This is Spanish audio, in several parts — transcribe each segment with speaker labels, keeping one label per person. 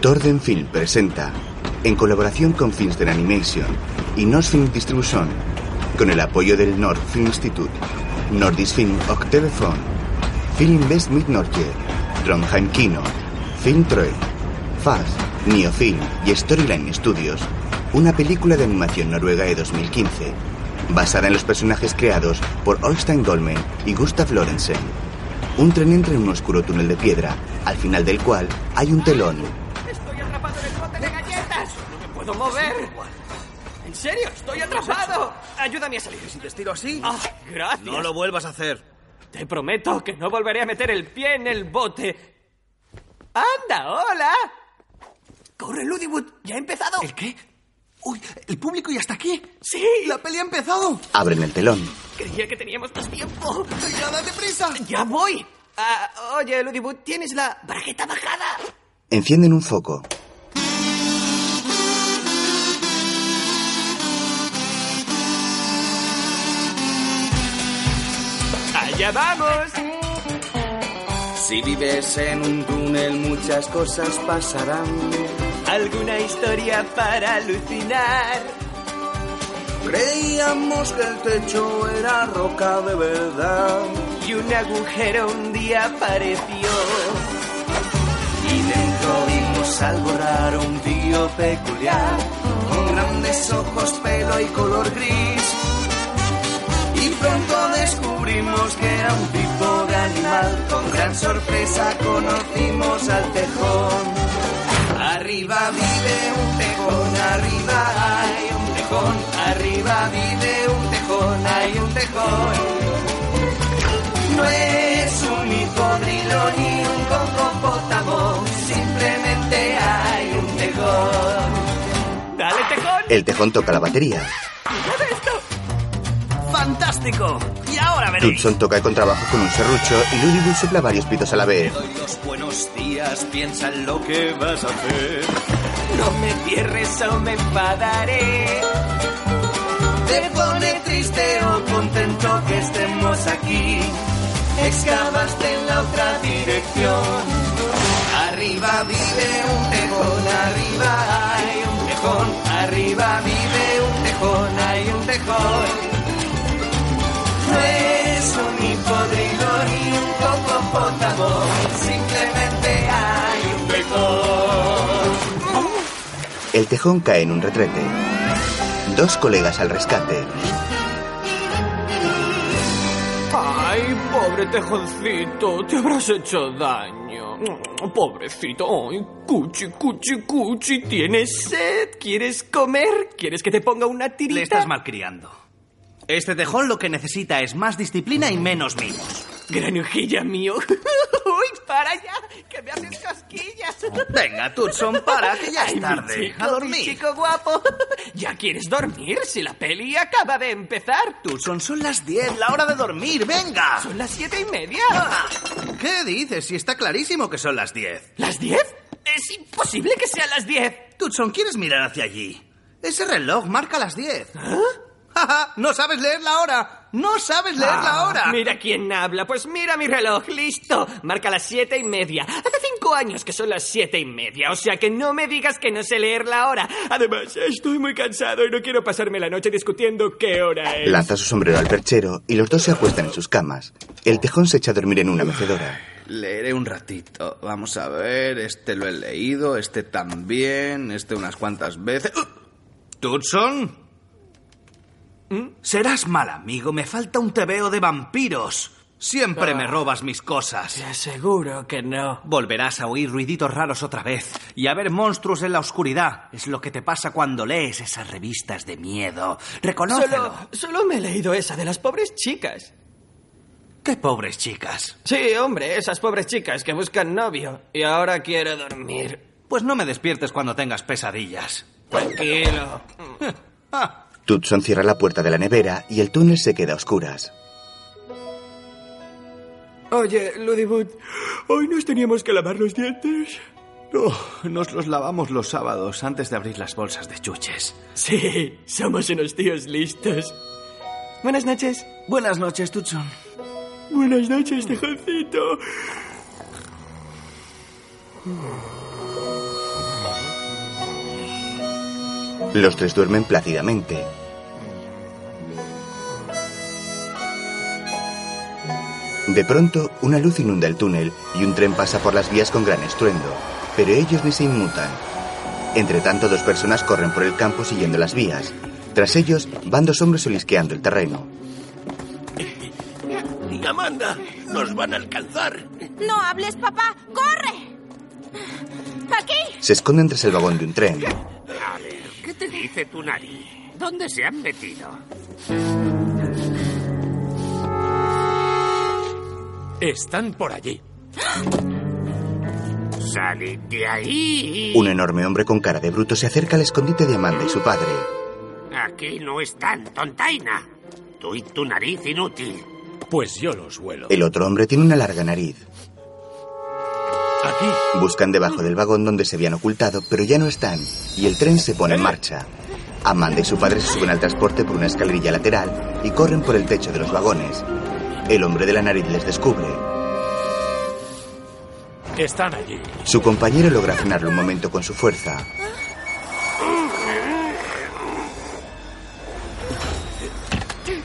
Speaker 1: Torden Film presenta, en colaboración con Finster Animation y Nosfilm Distribution, con el apoyo del Nord Film Institute, Nordis Film Octevefon, Film Best Mid Norge, Trondheim Kino, Film Troy, Fast, Neofilm y Storyline Studios, una película de animación noruega de 2015, basada en los personajes creados por Olstein Dolmen y Gustav Lorentzen. Un tren entra en un oscuro túnel de piedra, al final del cual hay un telón.
Speaker 2: Estoy atrapado en el bote de galletas. No me puedo mover. En serio, estoy atrapado. Ayúdame a salir.
Speaker 3: Si te estiro así,
Speaker 2: Ah, gracias.
Speaker 3: no lo vuelvas a hacer.
Speaker 2: Te prometo que no volveré a meter el pie en el bote. ¡Anda, hola! ¡Corre, Ludywood! ¡Ya ha empezado! ¿El qué?
Speaker 3: Uy, el público ya está aquí.
Speaker 2: ¡Sí!
Speaker 3: La peli ha empezado.
Speaker 1: Abren el telón.
Speaker 2: Creía que teníamos más tiempo.
Speaker 3: Venga, date prisa.
Speaker 2: ¡Ya voy! Ah, oye, Ludywood, tienes la bragueta bajada.
Speaker 1: Encienden un foco.
Speaker 2: ¡Allá vamos!
Speaker 4: Si vives en un túnel muchas cosas pasarán.
Speaker 2: Alguna historia para alucinar.
Speaker 4: Creíamos que el techo era roca de verdad.
Speaker 2: Y un agujero un día apareció.
Speaker 4: Y dentro vimos algo raro, un tío peculiar. Con grandes ojos, pelo y color gris. Y pronto descubrimos que era un tipo de animal. Con gran sorpresa conocimos al tejón. Arriba vive un tejón, arriba hay un tejón, arriba vive un tejón, hay un tejón. No es un hipodrilo ni un cocopótamo, simplemente hay un tejón.
Speaker 2: ¡Dale, tejón!
Speaker 1: El tejón toca la batería.
Speaker 2: ¡Haz esto!
Speaker 3: ¡Fantástico! Y ahora veréis.
Speaker 1: Hudson toca el contrabajo con un serrucho y Ludwig sopla varios pitos a la vez.
Speaker 4: Doy los buenos días, piensa en lo que vas a hacer. No me
Speaker 2: Cierres o me enfadaré.
Speaker 4: Te pone triste o contento que estemos aquí. Excavaste en la otra dirección. Arriba vive un tejón, arriba hay un tejón, arriba vive un tejón, hay un tejón. No es un hipodrilo ni un cocopótamo, simplemente hay un tejón.
Speaker 1: El tejón cae en un retrete. Dos colegas al rescate.
Speaker 5: Ay, pobre tejoncito, te habrás hecho daño. Pobrecito, ay, cuchi, cuchi, cuchi,
Speaker 2: ¿Tienes sed? ¿Quieres comer? ¿Quieres que te ponga una tirita?
Speaker 3: Le estás malcriando. Este tejón lo que necesita es más disciplina y menos mimos.
Speaker 2: Granujilla mío. ¡Uy, para ya! ¡Que me haces cosquillas!
Speaker 3: Venga, Tutson, para, que ya
Speaker 2: Ay,
Speaker 3: es
Speaker 2: mi
Speaker 3: tarde.
Speaker 2: chico,
Speaker 3: a
Speaker 2: mi
Speaker 3: dormir.
Speaker 2: chico guapo. ¿Ya quieres dormir si la peli acaba de empezar?
Speaker 3: Tutson, son las 10, la hora de dormir, venga.
Speaker 2: Son las siete y media.
Speaker 3: ¿Qué dices? Si está clarísimo que son las 10.
Speaker 2: ¿Las diez? Es imposible que sean las diez.
Speaker 3: Tutson, ¿quieres mirar hacia allí? Ese reloj marca las 10. ¿Ah? ¡No sabes leer la hora! ¡No sabes leer la hora!
Speaker 2: Ah, Mira quién habla. Pues mira mi reloj. Listo. Marca las siete y media. Hace cinco años que son las siete y media. O sea que no me digas que no sé leer la hora. Además, estoy muy cansado y no quiero pasarme la noche discutiendo qué hora es.
Speaker 1: Lanza su sombrero al perchero y los dos se acuestan en sus camas. El tejón se echa a dormir en una mecedora.
Speaker 4: Leeré un ratito. Vamos a ver, este lo he leído, este también, este unas cuantas veces. ¡Uh!
Speaker 3: ¿Tutson? ¿Mm? Serás mal amigo, me falta un tebeo de vampiros. Siempre me robas mis cosas.
Speaker 2: Te aseguro Ah. que no.
Speaker 3: Volverás a oír ruiditos raros otra vez y a ver monstruos en la oscuridad. Es lo que te pasa cuando lees esas revistas de miedo. Reconócelo.
Speaker 2: Solo, solo me he leído esa de las pobres chicas.
Speaker 3: ¡Qué pobres chicas!
Speaker 2: Sí, hombre, esas pobres chicas que buscan novio y ahora quiero dormir.
Speaker 3: Pues no me despiertes cuando tengas pesadillas.
Speaker 2: Tranquilo.
Speaker 3: Ah,
Speaker 1: Tutson cierra la puerta de la nevera y el túnel se queda a oscuras.
Speaker 2: Oye, Ludiwood, hoy nos teníamos que lavar los dientes.
Speaker 3: nos los lavamos los sábados antes de abrir las bolsas de chuches.
Speaker 2: Sí, somos unos tíos listos. Buenas noches.
Speaker 3: Buenas noches, Tutson.
Speaker 2: Buenas noches, tejoncito.
Speaker 1: Los tres duermen plácidamente. De pronto, una luz inunda el túnel y un tren pasa por las vías con gran estruendo, pero ellos ni se inmutan. Entre tanto, dos personas corren por el campo siguiendo las vías. Tras ellos, van dos hombres olisqueando el terreno.
Speaker 6: Amanda, nos van a alcanzar.
Speaker 7: No hables, papá. ¡Corre! ¡Aquí!
Speaker 1: Se esconden tras el vagón de un tren.
Speaker 6: A ver, ¿qué te dice tu nariz? ¿Dónde se han metido?
Speaker 8: Están por allí.
Speaker 6: Salid de ahí.
Speaker 1: Un enorme hombre con cara de bruto se acerca al escondite de Amanda y su padre.
Speaker 6: Aquí no están, tontaina. Tú y tu nariz inútil.
Speaker 8: Pues yo los vuelo.
Speaker 1: El otro hombre tiene una larga nariz.
Speaker 8: Aquí.
Speaker 1: Buscan debajo del vagón donde se habían ocultado, pero ya no están, y el tren se pone en marcha. Amanda y su padre se suben al transporte por una escalerilla lateral y corren por el techo de los vagones. El hombre de la nariz les descubre.
Speaker 8: Están allí.
Speaker 1: Su compañero logra frenarlo un momento con su fuerza.
Speaker 6: Mm,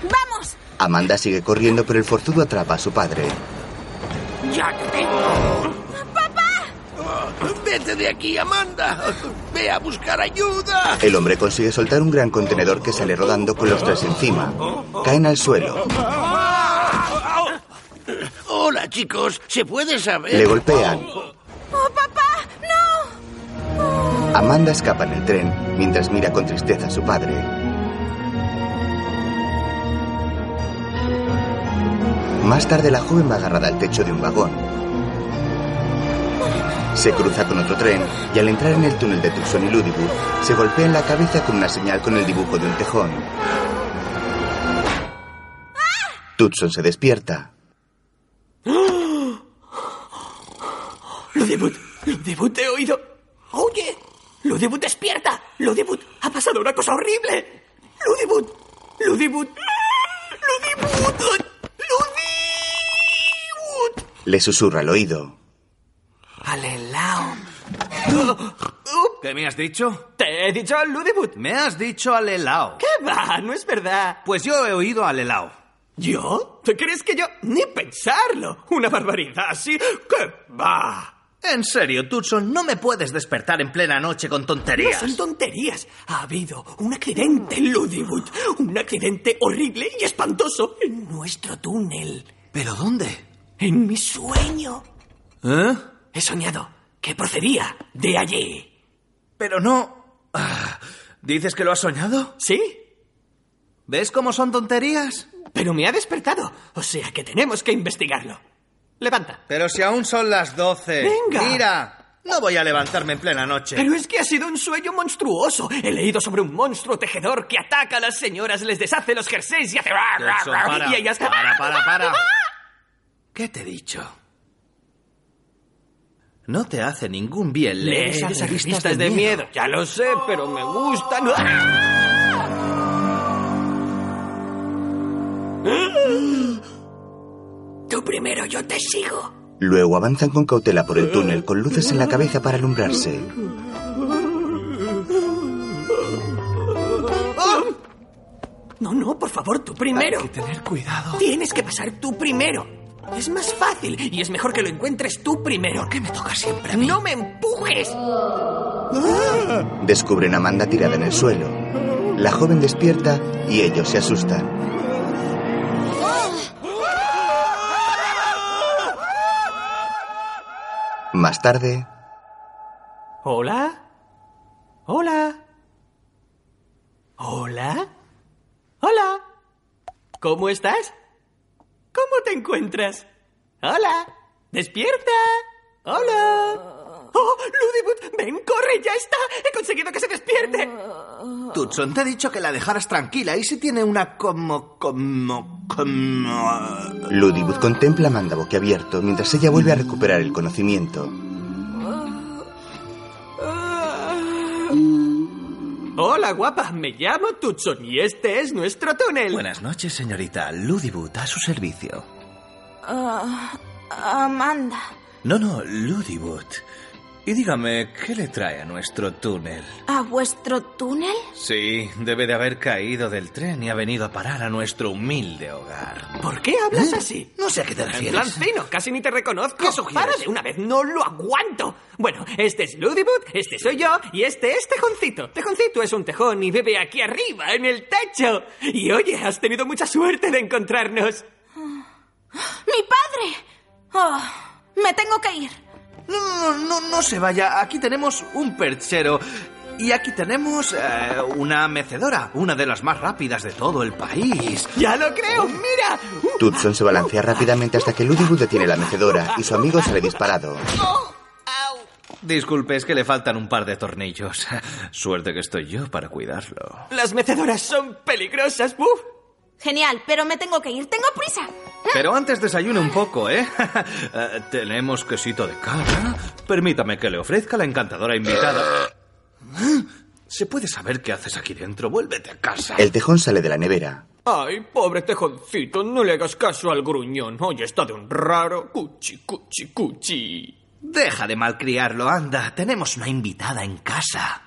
Speaker 7: ¡Vamos!
Speaker 1: Amanda sigue corriendo, pero el forzudo atrapa a su padre.
Speaker 6: ¡Ya te tengo!
Speaker 4: Vete de aquí, Amanda. Ve a buscar ayuda.
Speaker 1: El hombre consigue soltar un gran contenedor que sale rodando con los tres encima. Caen al suelo.
Speaker 6: Hola, chicos. ¿Se puede saber?
Speaker 1: Le golpean.
Speaker 7: ¡Oh, papá! ¡No!
Speaker 1: Amanda escapa en el tren mientras mira con tristeza a su padre. Más tarde la joven va agarrada al techo de un vagón. Se cruza con otro tren y al entrar en el túnel de Tucson y Ludibu, se golpea en la cabeza con una señal con el dibujo de un tejón.
Speaker 7: Ah.
Speaker 1: Tucson se despierta.
Speaker 2: ¡Ah! Lo debut, lo debut he oído. Oye, lo debut despierta. Lo debut ha pasado una cosa horrible. Lo debut, lo debut, lo debut, lo debut.
Speaker 1: Le susurra al oído.
Speaker 2: Alelao.
Speaker 3: ¿Qué me has dicho?
Speaker 2: Te he dicho lo debut.
Speaker 3: Me has dicho alelao.
Speaker 2: ¿Qué va? No es verdad.
Speaker 3: Pues yo he oído alelao.
Speaker 2: ¿Yo? ¿Te crees que yo? Ni pensarlo. Una barbaridad así. ¿Qué va?
Speaker 3: En serio, Tutson, no me puedes despertar en plena noche con
Speaker 2: No
Speaker 3: tonterías.
Speaker 2: son tonterías. Ha habido un accidente en Ludibut. Un accidente horrible y espantoso en nuestro túnel.
Speaker 3: ¿Pero dónde?
Speaker 2: En mi sueño.
Speaker 3: ¿Eh?
Speaker 2: He soñado que procedía de allí.
Speaker 3: Pero no. Ah, ¿Dices que lo has soñado?
Speaker 2: ¿Sí?
Speaker 3: ¿Ves cómo son tonterías?
Speaker 2: Pero me ha despertado. O sea que tenemos que investigarlo. Levanta.
Speaker 3: Pero si aún son las doce.
Speaker 2: Venga.
Speaker 3: Mira, no voy a levantarme en plena noche.
Speaker 2: Pero es que ha sido un sueño monstruoso. He leído sobre un monstruo tejedor que ataca a las señoras, les deshace los jerseys y hace...
Speaker 3: Tutson, para,
Speaker 2: y ellas...
Speaker 3: para, para, para. ¿Qué te he dicho? No te hace ningún bien leer
Speaker 2: Lees
Speaker 3: esas
Speaker 2: esas revistas de miedo. Ya lo sé, pero me gustan. ¡Ah! Tú primero, yo te sigo.
Speaker 1: Luego avanzan con cautela por el túnel con luces en la cabeza para alumbrarse.
Speaker 2: No, no, por favor, tú primero.
Speaker 8: Tener cuidado.
Speaker 2: Tienes que pasar tú primero. Es más fácil y es mejor que lo encuentres tú primero. ¿Por qué me toca siempre ¡No me empujes!
Speaker 3: Ah.
Speaker 1: Descubren a Amanda tirada en el suelo. La joven despierta y ellos se asustan. Más tarde,
Speaker 2: ¿Hola? ¿Hola? ¿Hola? ¿Hola? ¿Cómo estás? ¿Cómo te encuentras? ¡Hola! ¡Despierta!
Speaker 9: Ah.
Speaker 2: ¡Hola! ¡Oh, Ludibut! ¡Ven, corre! ¡Ya está! ¡He conseguido que se despierte!
Speaker 9: Ah.
Speaker 3: Tutson, te he dicho que la dejaras tranquila. Y si tiene una como, como, como... ah,
Speaker 1: Ludibut contempla a Amanda boquiabierto mientras ella vuelve a recuperar el conocimiento.
Speaker 2: Hola, guapa. Me llamo Tutson y este es nuestro túnel.
Speaker 3: Buenas noches, señorita. Ludibut, a su servicio.
Speaker 7: Ah, Amanda.
Speaker 3: No, no, Ludibut.
Speaker 9: Y dígame, ¿qué le trae a nuestro túnel?
Speaker 7: ¿A vuestro túnel?
Speaker 9: Sí, debe de haber caído del tren y ha venido a parar a nuestro humilde hogar.
Speaker 2: ¿Por qué hablas así?
Speaker 9: ¿Eh? No sé a qué te
Speaker 2: En
Speaker 9: refieres.
Speaker 2: plan fino, casi ni te reconozco. Para de una vez, no lo aguanto. Bueno, este es Ludiboot, este soy yo y este es Tejoncito. Tejoncito es un tejón y vive aquí arriba, en el techo. Y oye, has tenido mucha suerte de encontrarnos.
Speaker 7: ¡Mi padre! Oh, me tengo que ir.
Speaker 3: No, no, no, no se vaya. Aquí tenemos un perchero. Y aquí tenemos eh, una mecedora, una de las más rápidas de todo el país.
Speaker 2: ¡Ya lo creo! ¡Mira! Uh,
Speaker 1: Tutson se balancea rápidamente hasta que Ludibut detiene la mecedora y su amigo sale disparado.
Speaker 9: Disculpe, es que le faltan un par de tornillos. Suerte que estoy yo para cuidarlo.
Speaker 2: Las mecedoras son peligrosas. ¡Uf!
Speaker 7: Genial, pero me tengo que ir. Tengo prisa.
Speaker 9: Pero antes desayune un poco, ¿eh? Eh, Tenemos quesito de cabra. Permítame que le ofrezca la encantadora invitada. ¿Se puede saber qué haces aquí dentro? Vuélvete a casa.
Speaker 1: El tejón sale de la nevera.
Speaker 5: Ay, pobre tejoncito, no le hagas caso al gruñón. Hoy está de un raro cuchi, cuchi, cuchi.
Speaker 3: Deja de malcriarlo, anda. Tenemos una invitada en casa.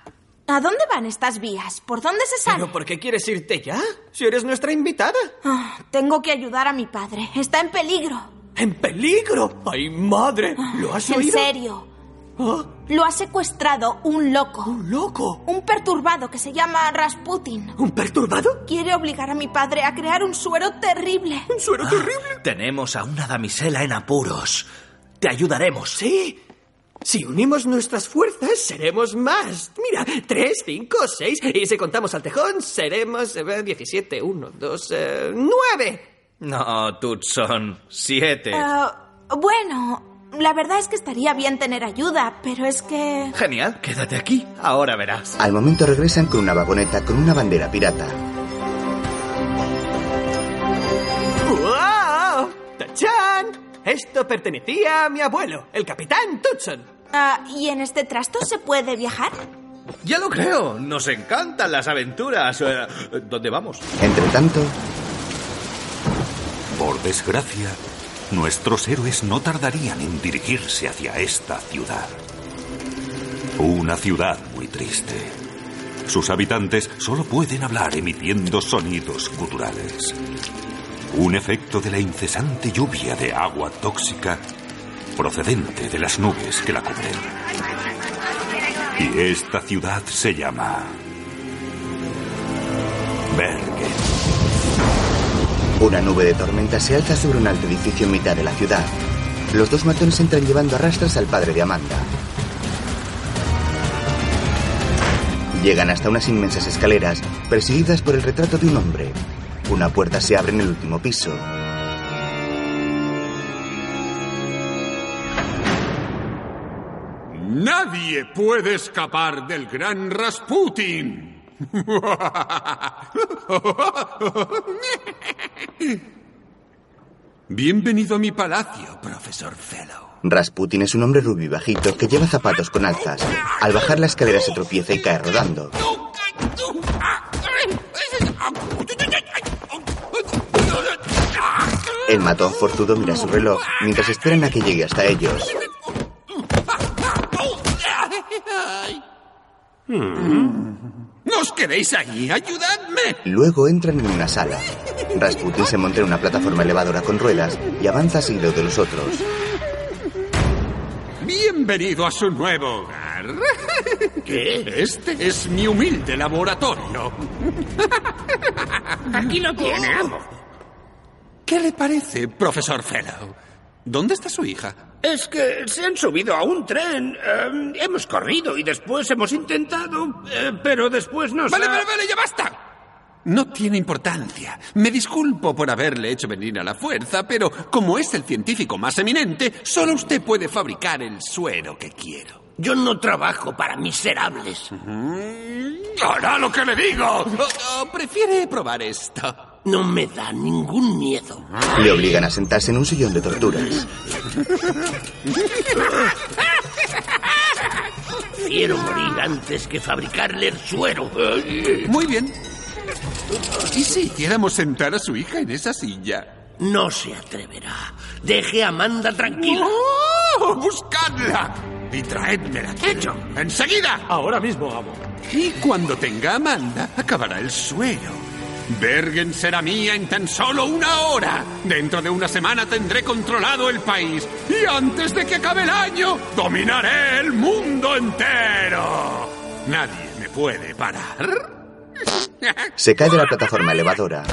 Speaker 7: ¿A dónde van estas vías? ¿Por dónde se sale?
Speaker 2: ¿Pero por qué quieres irte ya? Si eres nuestra invitada.
Speaker 7: Ah, tengo que ayudar a mi padre. Está en peligro.
Speaker 2: ¡En peligro! ¡Ay, madre! ¿Lo has
Speaker 7: en
Speaker 2: oído?
Speaker 7: serio.
Speaker 2: Ah,
Speaker 7: Lo ha secuestrado un loco.
Speaker 2: ¡Un loco!
Speaker 7: Un perturbado que se llama Rasputin.
Speaker 2: ¿Un perturbado?
Speaker 7: Quiere obligar a mi padre a crear un suero terrible.
Speaker 2: ¡Un suero terrible!
Speaker 3: Ah, Tenemos a una damisela en apuros. Te ayudaremos.
Speaker 2: Sí. Si unimos nuestras fuerzas, seremos más. Mira, tres, cinco, seis. Y si contamos al tejón, seremos eh, 17, 1, 2, 9.
Speaker 9: No, Tutson. Siete.
Speaker 7: Ah, bueno, la verdad es que estaría bien tener ayuda, pero es que...
Speaker 9: Genial, quédate aquí. Ahora verás.
Speaker 1: Al momento regresan con una vagoneta con una bandera pirata.
Speaker 2: ¡Wow! ¡Tachán! Esto pertenecía a mi abuelo, el capitán Tutson.
Speaker 7: Ah, ¿Y en este trasto se puede viajar?
Speaker 9: Ya lo creo. Nos encantan las aventuras. Eh, ¿Dónde vamos?
Speaker 1: Entre tanto,
Speaker 10: Por desgracia, nuestros héroes no tardarían en dirigirse hacia esta ciudad. Una ciudad muy triste. Sus habitantes solo pueden hablar emitiendo sonidos guturales. Un efecto de la incesante lluvia de agua tóxica procedente de las nubes que la cubren. Y esta ciudad se llama... Bergen.
Speaker 1: una nube de tormenta se alza sobre un alto edificio en mitad de la ciudad. Los dos matones entran llevando a rastras al padre de Amanda. Llegan hasta unas inmensas escaleras, presididas por el retrato de un hombre. Una puerta se abre en el último piso.
Speaker 11: Nadie puede escapar del gran Rasputin. Bienvenido a mi palacio, profesor Fellow.
Speaker 1: Rasputin es un hombre rubio y bajito que lleva zapatos con alzas. Al bajar la escalera se tropieza y cae rodando.
Speaker 2: ¡Ah!
Speaker 1: El matón forzudo mira su reloj mientras esperan a que llegue hasta ellos.
Speaker 11: ¿Nos queréis ahí? ¡Ayudadme!
Speaker 1: Luego entran en una sala. Rasputin se monta en una plataforma elevadora con ruedas y avanza seguido de los otros.
Speaker 11: Bienvenido a su nuevo hogar. Este es mi humilde laboratorio.
Speaker 6: Aquí lo tiene, amo.
Speaker 11: ¿Qué le parece, profesor Fellow? ¿Dónde está su hija?
Speaker 6: Es que se han subido a un tren. eh, hemos corrido y después hemos intentado, eh, pero después nos.
Speaker 11: Vale,
Speaker 6: ha-
Speaker 11: vale, vale, ya basta. No tiene importancia. Me disculpo por haberle hecho venir a la fuerza, pero como es el científico más eminente, solo usted puede fabricar el suero que quiero.
Speaker 6: Yo no trabajo para miserables.
Speaker 2: ¡Ah!
Speaker 11: ¡Hará lo que le digo! Oh, prefiere probar esto.
Speaker 6: No me da ningún miedo.
Speaker 1: Le obligan a sentarse en un sillón de torturas.
Speaker 6: Quiero morir antes que fabricarle el suero.
Speaker 11: Muy bien. ¿Y si hiciéramos sentar a su hija en esa silla?
Speaker 6: No se atreverá. Deje a Amanda tranquila.
Speaker 11: ¡Oh! ¡Buscadla! y traédmela aquí. ¡Hecho! ¡Enseguida! Ahora mismo, amo. Y cuando tenga Amanda, acabará el suero. Bergen será mía en tan solo una hora. Dentro de una semana tendré controlado el país. Y antes de que acabe el año, dominaré el mundo entero. Nadie me puede parar.
Speaker 1: Se cae de la plataforma elevadora.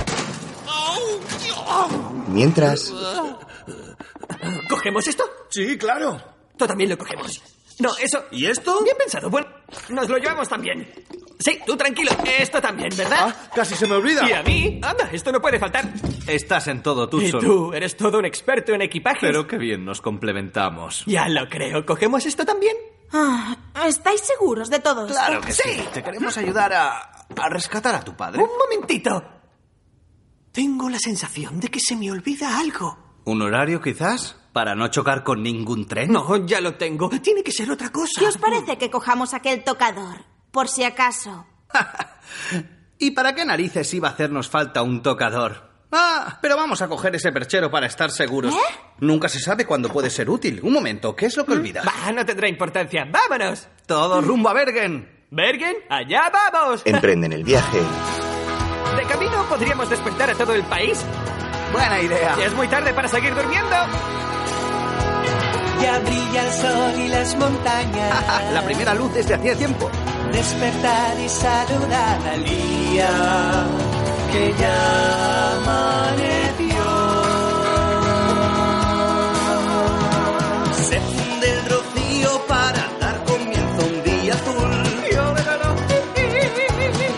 Speaker 1: Mientras,
Speaker 3: ¿Cogemos esto? Sí, claro. Tú también lo cogemos. No, eso. ¿Y esto? Bien pensado. Bueno, nos lo llevamos también. Sí, tú tranquilo. Esto también, ¿verdad?
Speaker 9: Ah,
Speaker 6: Casi se me olvida.
Speaker 3: Y a mí, anda, esto no puede faltar.
Speaker 6: Estás en todo tú
Speaker 3: Y
Speaker 6: solo.
Speaker 3: tú eres todo un experto en equipajes.
Speaker 6: Pero qué bien nos complementamos.
Speaker 3: Ya lo creo. ¿Cogemos esto también?
Speaker 7: Ah, ¿Estáis seguros de todo esto?
Speaker 6: Claro que sí. Te queremos ayudar a, a rescatar a tu padre.
Speaker 3: Un momentito. Tengo la sensación de que se me olvida algo.
Speaker 6: ¿Un horario quizás? ¿Para no chocar con ningún tren?
Speaker 3: No, ya lo tengo. Tiene que ser otra cosa.
Speaker 7: ¿Qué os parece que cojamos aquel tocador? Por si acaso.
Speaker 6: ¿Y para qué narices iba a hacernos falta un tocador? Ah, pero vamos a coger ese perchero para estar
Speaker 3: ¿Eh?
Speaker 6: seguros. Nunca se sabe cuándo puede ser útil. Un momento, ¿qué es lo que olvidas?
Speaker 3: Bah, Mm. no tendrá importancia. ¡Vámonos!
Speaker 6: Todo rumbo a Bergen. Eh.
Speaker 3: ¿Bergen? ¡Allá vamos!
Speaker 1: emprenden el viaje.
Speaker 3: De camino podríamos despertar a todo el país.
Speaker 6: Buena idea.
Speaker 3: Es muy tarde para seguir durmiendo.
Speaker 2: Ya brilla el sol y las montañas.
Speaker 6: La primera luz desde hacía tiempo.
Speaker 2: Despertar y saludar al día que ya amaneció. Se funde el rocío para dar comienzo a un día azul.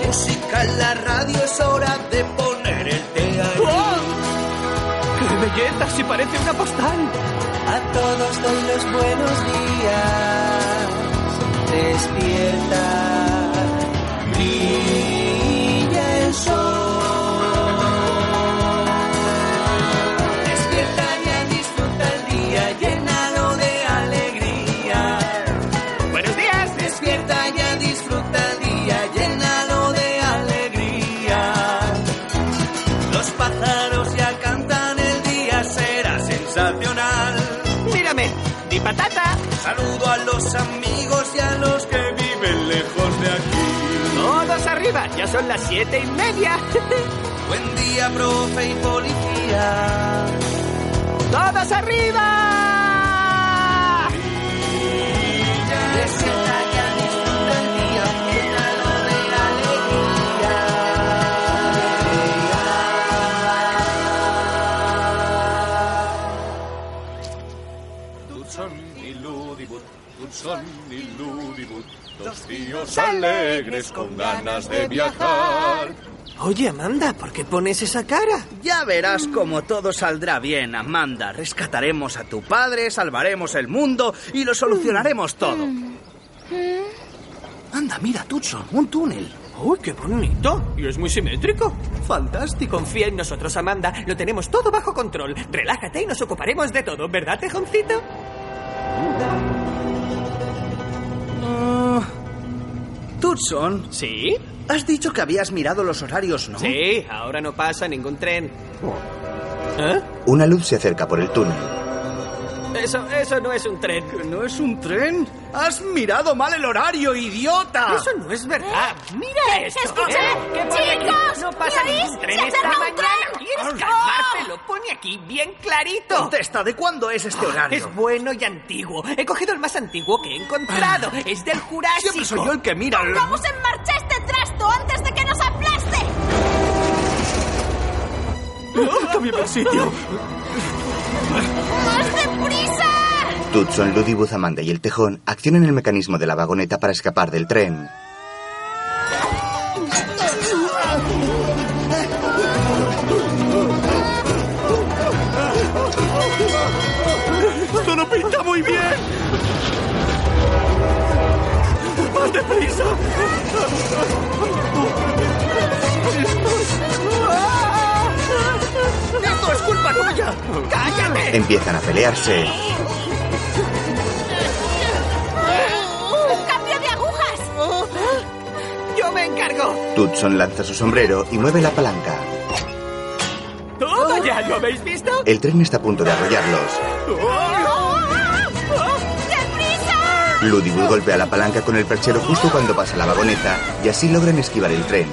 Speaker 2: Música en la radio es hora de poner el té ahí.
Speaker 3: ¡Qué belleza! Si parece una postal.
Speaker 2: A todos doy los buenos días. Despierta, brilla el sol. Despierta ya, disfruta el día llenado de alegría.
Speaker 3: Buenos días.
Speaker 2: Despierta ya, disfruta el día llenado de alegría. Los pájaros ya cantan, el día será sensacional.
Speaker 3: Mírame. Di patata.
Speaker 2: Saludo a los amigos y a los que viven lejos de aquí.
Speaker 3: Todos arriba. Ya son las siete y media.
Speaker 2: Buen día, profe y policía.
Speaker 3: Todos arriba.
Speaker 2: Despierta ya, disfruta el día, llénalo de alegría.
Speaker 9: Dos tíos alegres con ganas de viajar.
Speaker 3: Oye, Amanda, ¿por qué pones esa cara?
Speaker 6: Ya verás cómo todo saldrá bien, Amanda. Rescataremos a tu padre, salvaremos el mundo y lo solucionaremos todo. Anda, Ah, mira, Tutson, un túnel.
Speaker 3: ¡Uy, qué bonito! Y es muy simétrico.
Speaker 6: Fantástico.
Speaker 3: Confía en nosotros, Amanda. Lo tenemos todo bajo control. Relájate y nos ocuparemos de todo, ¿verdad, tejoncito?
Speaker 6: Ah, Tutson,
Speaker 3: ¿Sí?
Speaker 6: has dicho que habías mirado los horarios, ¿no?
Speaker 3: Sí, ahora no pasa ningún tren. ¿Eh?
Speaker 1: Una luz se acerca por el túnel.
Speaker 3: Eso, eso no es un tren.
Speaker 6: ¿Que no es un tren? ¡Has mirado mal el horario, idiota!
Speaker 3: Eso no es verdad. Mira esto.
Speaker 7: escuchad,
Speaker 3: ¿eh? ¿Qué pone aquí?
Speaker 7: chicos,
Speaker 3: No pasa
Speaker 7: ¿me
Speaker 3: ningún
Speaker 7: oís?
Speaker 3: tren
Speaker 7: ¡Se
Speaker 3: esta
Speaker 7: acerca un
Speaker 3: mañana.
Speaker 7: tren!
Speaker 3: ¿Quieres
Speaker 7: ¡Oh!
Speaker 3: calmarte? Lo pone aquí bien clarito. Ah,
Speaker 6: Contesta, ¿de cuándo es este horario?
Speaker 3: Es bueno y antiguo. He cogido el más antiguo que he encontrado. Es del Jurásico.
Speaker 6: Ah. Siempre soy yo el que mira. el-
Speaker 7: ¡Pongamos en marcha este trasto antes de que nos aplaste! ¡Más deprisa!
Speaker 1: Tutson, Ludibus, Amanda y el tejón accionan el mecanismo de la vagoneta para escapar del tren.
Speaker 6: ¡Esto no pinta muy bien! ¡Más deprisa! ¡Esto es culpa tuya!
Speaker 3: ¡Cállate!
Speaker 1: Empiezan a pelearse.
Speaker 7: ¡Un cambio de
Speaker 2: Oh,
Speaker 7: agujas!
Speaker 3: ¡Yo me encargo!
Speaker 1: Tutson lanza su sombrero y mueve la palanca.
Speaker 2: Oh.
Speaker 3: ¿Todo ya lo habéis visto?
Speaker 2: Oh,
Speaker 1: El tren está a punto de arrollarlos.
Speaker 7: ¡Oh! ¡Deprisa!
Speaker 1: Ludibud golpea la palanca con el perchero justo cuando pasa la vagoneta y así logran esquivar el tren.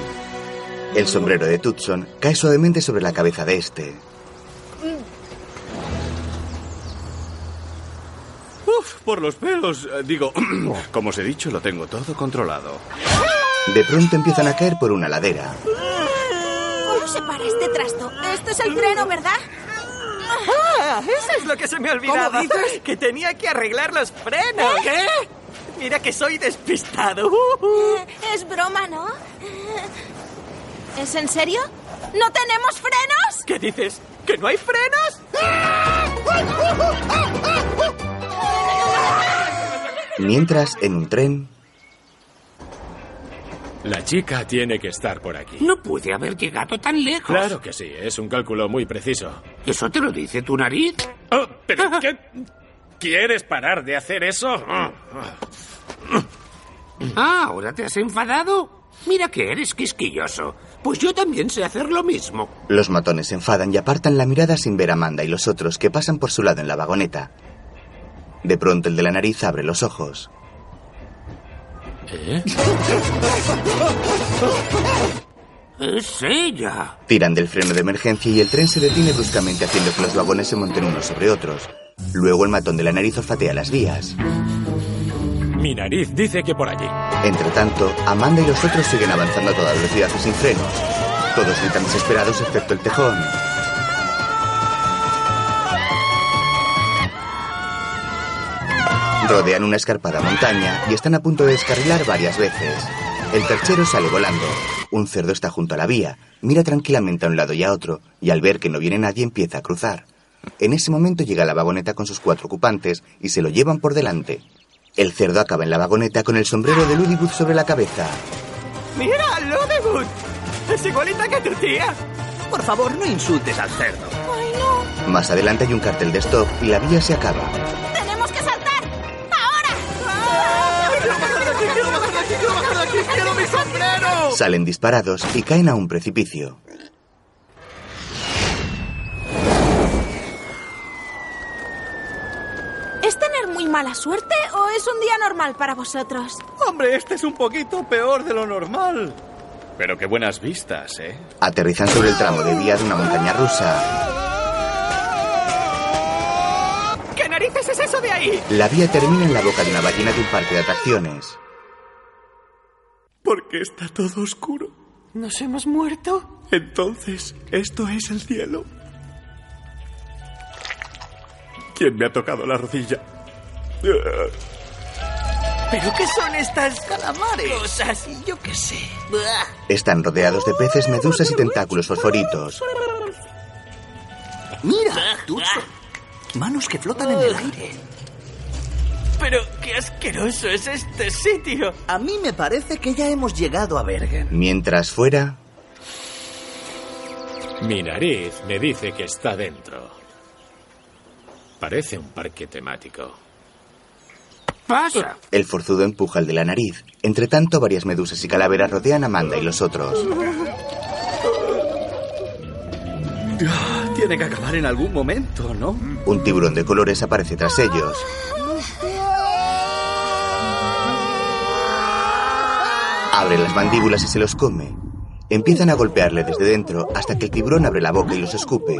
Speaker 1: El sombrero de Tutson cae suavemente sobre la cabeza de este.
Speaker 9: Uf, por los pelos. Eh, Digo, como os he dicho, lo tengo todo controlado.
Speaker 1: De pronto empiezan a caer por una ladera.
Speaker 7: ¿Cómo se para este trasto? Esto es el treno, ¿verdad?
Speaker 2: Ah, eso es lo que se me olvidaba.
Speaker 7: ¿Cómo dices?
Speaker 2: Que tenía que arreglar los frenos.
Speaker 6: ¿Eh?
Speaker 2: ¿Qué?
Speaker 3: ¿eh?
Speaker 2: Mira que soy despistado. Uh, uh.
Speaker 7: Es broma, ¿no? ¿Es en serio? ¿No tenemos frenos?
Speaker 2: ¿Qué dices? ¿Que no hay frenos?
Speaker 1: Mientras, en un tren,
Speaker 8: La chica tiene que estar por aquí.
Speaker 6: No pude haber llegado tan lejos.
Speaker 8: Claro que sí, es un cálculo muy preciso.
Speaker 6: ¿Eso te lo dice tu nariz?
Speaker 8: Oh, ¿Pero qué? ¿Quieres parar de hacer eso? Ah,
Speaker 6: Ah, ¿ahora te has enfadado? Mira que eres quisquilloso. Pues yo también sé hacer lo mismo.
Speaker 1: los matones se enfadan y apartan la mirada sin ver a Amanda y los otros que pasan por su lado en la vagoneta. De pronto el de la nariz abre los ojos.
Speaker 9: ¿Eh?
Speaker 6: Es ella.
Speaker 1: Tiran del freno de emergencia y el tren se detiene bruscamente haciendo que los vagones se monten unos sobre otros. Luego el matón de la nariz olfatea las vías.
Speaker 8: Mi nariz dice que por allí.
Speaker 1: Entre tanto, Amanda y los otros siguen avanzando a toda velocidad y sin frenos. Todos gritan desesperados excepto el tejón. Rodean una escarpada montaña y están a punto de descarrilar varias veces. El perchero sale volando. Un cerdo está junto a la vía, mira tranquilamente a un lado y a otro, y al ver que no viene nadie empieza a cruzar. En ese momento llega la vagoneta con sus cuatro ocupantes y se lo llevan por delante. El cerdo acaba en la vagoneta con el sombrero de Ludibut sobre la cabeza.
Speaker 2: Mira, Lodebut. Es igualita que tu tía.
Speaker 3: Por favor, no insultes al cerdo.
Speaker 1: Más adelante hay un cartel de stop y la vía se acaba.
Speaker 7: ¡Tenemos que saltar!
Speaker 12: ¡Quiero mi sombrero!
Speaker 1: Salen disparados y caen a un precipicio.
Speaker 7: ¿Es tener muy mala suerte o es un día normal para vosotros?
Speaker 3: Hombre, este es un poquito peor de lo normal.
Speaker 9: Pero qué buenas vistas, ¿eh?
Speaker 1: Aterrizan sobre el tramo de vía de una montaña rusa.
Speaker 2: ¿Qué narices es eso de ahí?
Speaker 1: La vía termina en la boca de una ballena de un parque de atracciones.
Speaker 12: ¿Por qué está todo oscuro?
Speaker 2: ¿Nos hemos muerto?
Speaker 12: Entonces, esto es el cielo. ¿Quién me ha tocado la rodilla?
Speaker 2: ¿Pero qué son estas calamares? Cosas, yo qué sé.
Speaker 1: Están rodeados de peces, medusas y tentáculos fosforitos.
Speaker 4: Mira, Tutson. Manos que flotan en el aire.
Speaker 2: Pero qué asqueroso es este sitio.
Speaker 4: A mí me parece que ya hemos llegado a Bergen.
Speaker 1: Mientras fuera,
Speaker 8: Mi nariz me dice que está dentro. Parece un parque temático.
Speaker 6: Pasa.
Speaker 1: el forzudo empuja el de la nariz. Entre tanto, varias medusas y calaveras rodean a Amanda y los otros.
Speaker 3: Tiene que acabar en algún momento, ¿no?
Speaker 1: Un tiburón de colores aparece tras ellos. Abre las mandíbulas y se los come. Empiezan a golpearle desde dentro hasta que el tiburón abre la boca y los escupe.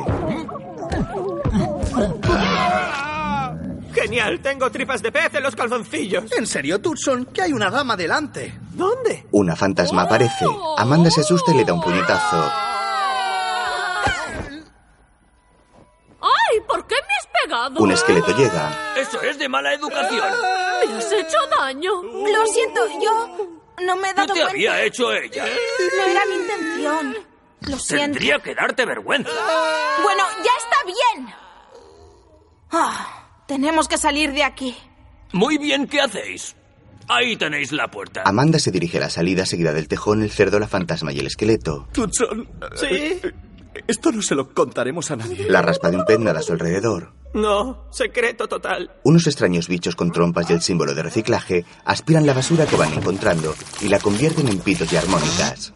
Speaker 2: Genial, tengo tripas de pez en los calzoncillos.
Speaker 3: ¿En serio, Tutson? Que hay una dama delante.
Speaker 2: ¿Dónde?
Speaker 1: Una fantasma aparece. Amanda se asusta y le da un puñetazo.
Speaker 13: ¡Ay! ¿Por qué me has pegado?
Speaker 1: Un esqueleto llega.
Speaker 5: Eso es de mala educación.
Speaker 7: Ah,
Speaker 13: ¿Me has hecho daño?
Speaker 3: Uh.
Speaker 7: Lo siento, yo no me he
Speaker 5: No te
Speaker 7: dado cuenta.
Speaker 5: había hecho ella.
Speaker 7: No era mi intención. Lo siento.
Speaker 5: Tendría que darte vergüenza.
Speaker 7: Bueno, ya está bien. Ah, tenemos que salir de aquí.
Speaker 5: Muy bien, ¿qué hacéis? Ahí tenéis la puerta.
Speaker 1: Amanda se dirige a la salida seguida del tejón, el cerdo, la fantasma y el esqueleto.
Speaker 12: Tutson.
Speaker 3: Eh,
Speaker 2: Sí.
Speaker 12: Esto no se lo contaremos a nadie.
Speaker 1: La raspa de un pez nada a su alrededor.
Speaker 2: No, secreto total.
Speaker 1: Unos extraños bichos con trompas y el símbolo de reciclaje aspiran la basura que van encontrando y la convierten en pitos y armónicas.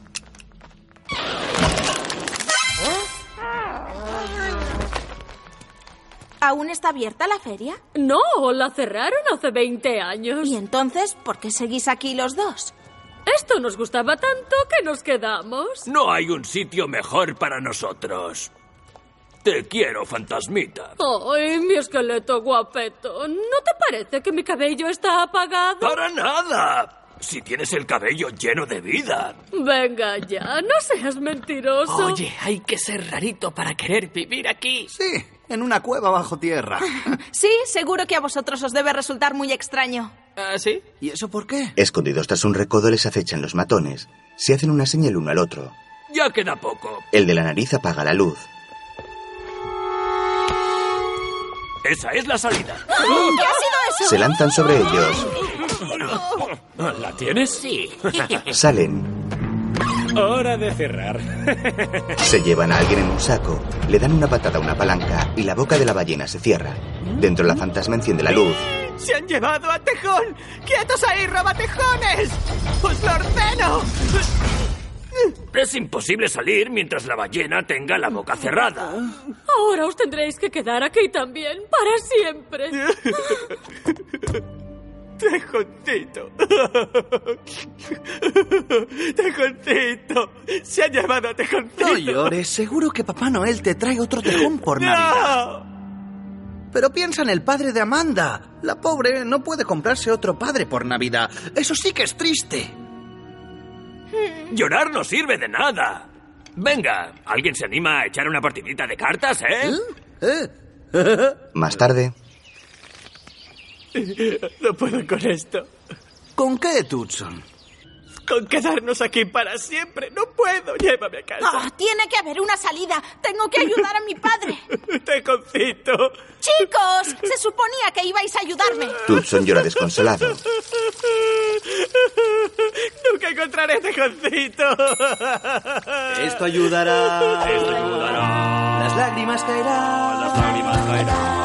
Speaker 7: ¿A ¿Aún está abierta la feria?
Speaker 13: No, la cerraron hace 20 años.
Speaker 7: ¿Y entonces por qué seguís aquí los dos?
Speaker 13: Esto nos gustaba tanto que nos quedamos.
Speaker 6: No hay un sitio mejor para nosotros. Te quiero, fantasmita.
Speaker 13: Ay, mi esqueleto guapeto. ¿No te parece que mi cabello está apagado?
Speaker 6: Para nada. Si tienes el cabello lleno de vida.
Speaker 13: Venga ya, no seas mentiroso.
Speaker 2: Oye, hay que ser rarito para querer vivir aquí.
Speaker 3: Sí, en una cueva bajo tierra.
Speaker 4: Ah,
Speaker 7: Sí, seguro que a vosotros os debe resultar muy extraño.
Speaker 2: ¿Ah, sí?
Speaker 3: ¿Y eso por qué?
Speaker 1: Escondidos tras un recodo les acechan los matones. Se hacen una señal uno al otro.
Speaker 6: Ya queda poco.
Speaker 1: El de la nariz apaga la luz.
Speaker 6: Esa es la salida.
Speaker 7: ¡Ah! ¿Qué ha sido eso?
Speaker 1: Se lanzan sobre ellos.
Speaker 6: ¿La tienes?
Speaker 13: Sí.
Speaker 1: Salen.
Speaker 14: Hora de cerrar.
Speaker 1: Se llevan a alguien en un saco. Le dan una patada a una palanca y la boca de la ballena se cierra. Dentro la fantasma enciende la luz.
Speaker 2: ¡Se han llevado a Tejón! ¡Quietos ahí, robatejones! ¡Os lo ordeno!
Speaker 6: Es imposible salir mientras la ballena tenga la boca cerrada.
Speaker 13: Ahora os tendréis que quedar aquí también, para siempre.
Speaker 2: Tejoncito. Tejoncito. Se ha llevado a Tejoncito.
Speaker 3: No llores, seguro que Papá Noel te trae otro tejón por
Speaker 2: ¡No!
Speaker 3: Navidad. Pero piensa en el padre de Amanda. La pobre no puede comprarse otro padre por Navidad. Eso sí que es triste.
Speaker 6: Llorar no sirve de nada. Venga, ¿alguien se anima a echar una partidita de cartas, eh?
Speaker 1: Más tarde,
Speaker 2: No puedo con esto.
Speaker 3: ¿Con qué, Tutson?
Speaker 2: Con quedarnos aquí para siempre. No puedo. Llévame a
Speaker 7: Ah,
Speaker 2: casa.
Speaker 7: tiene que haber una salida. Tengo que ayudar a mi padre.
Speaker 2: Tejoncito.
Speaker 7: Chicos, se suponía que ibais a ayudarme.
Speaker 1: Tutson llora desconsolado.
Speaker 2: Nunca encontraré a Tejoncito.
Speaker 3: Esto ayudará.
Speaker 6: Esto ayudará.
Speaker 3: Las lágrimas caerán.
Speaker 6: Las lágrimas caerán.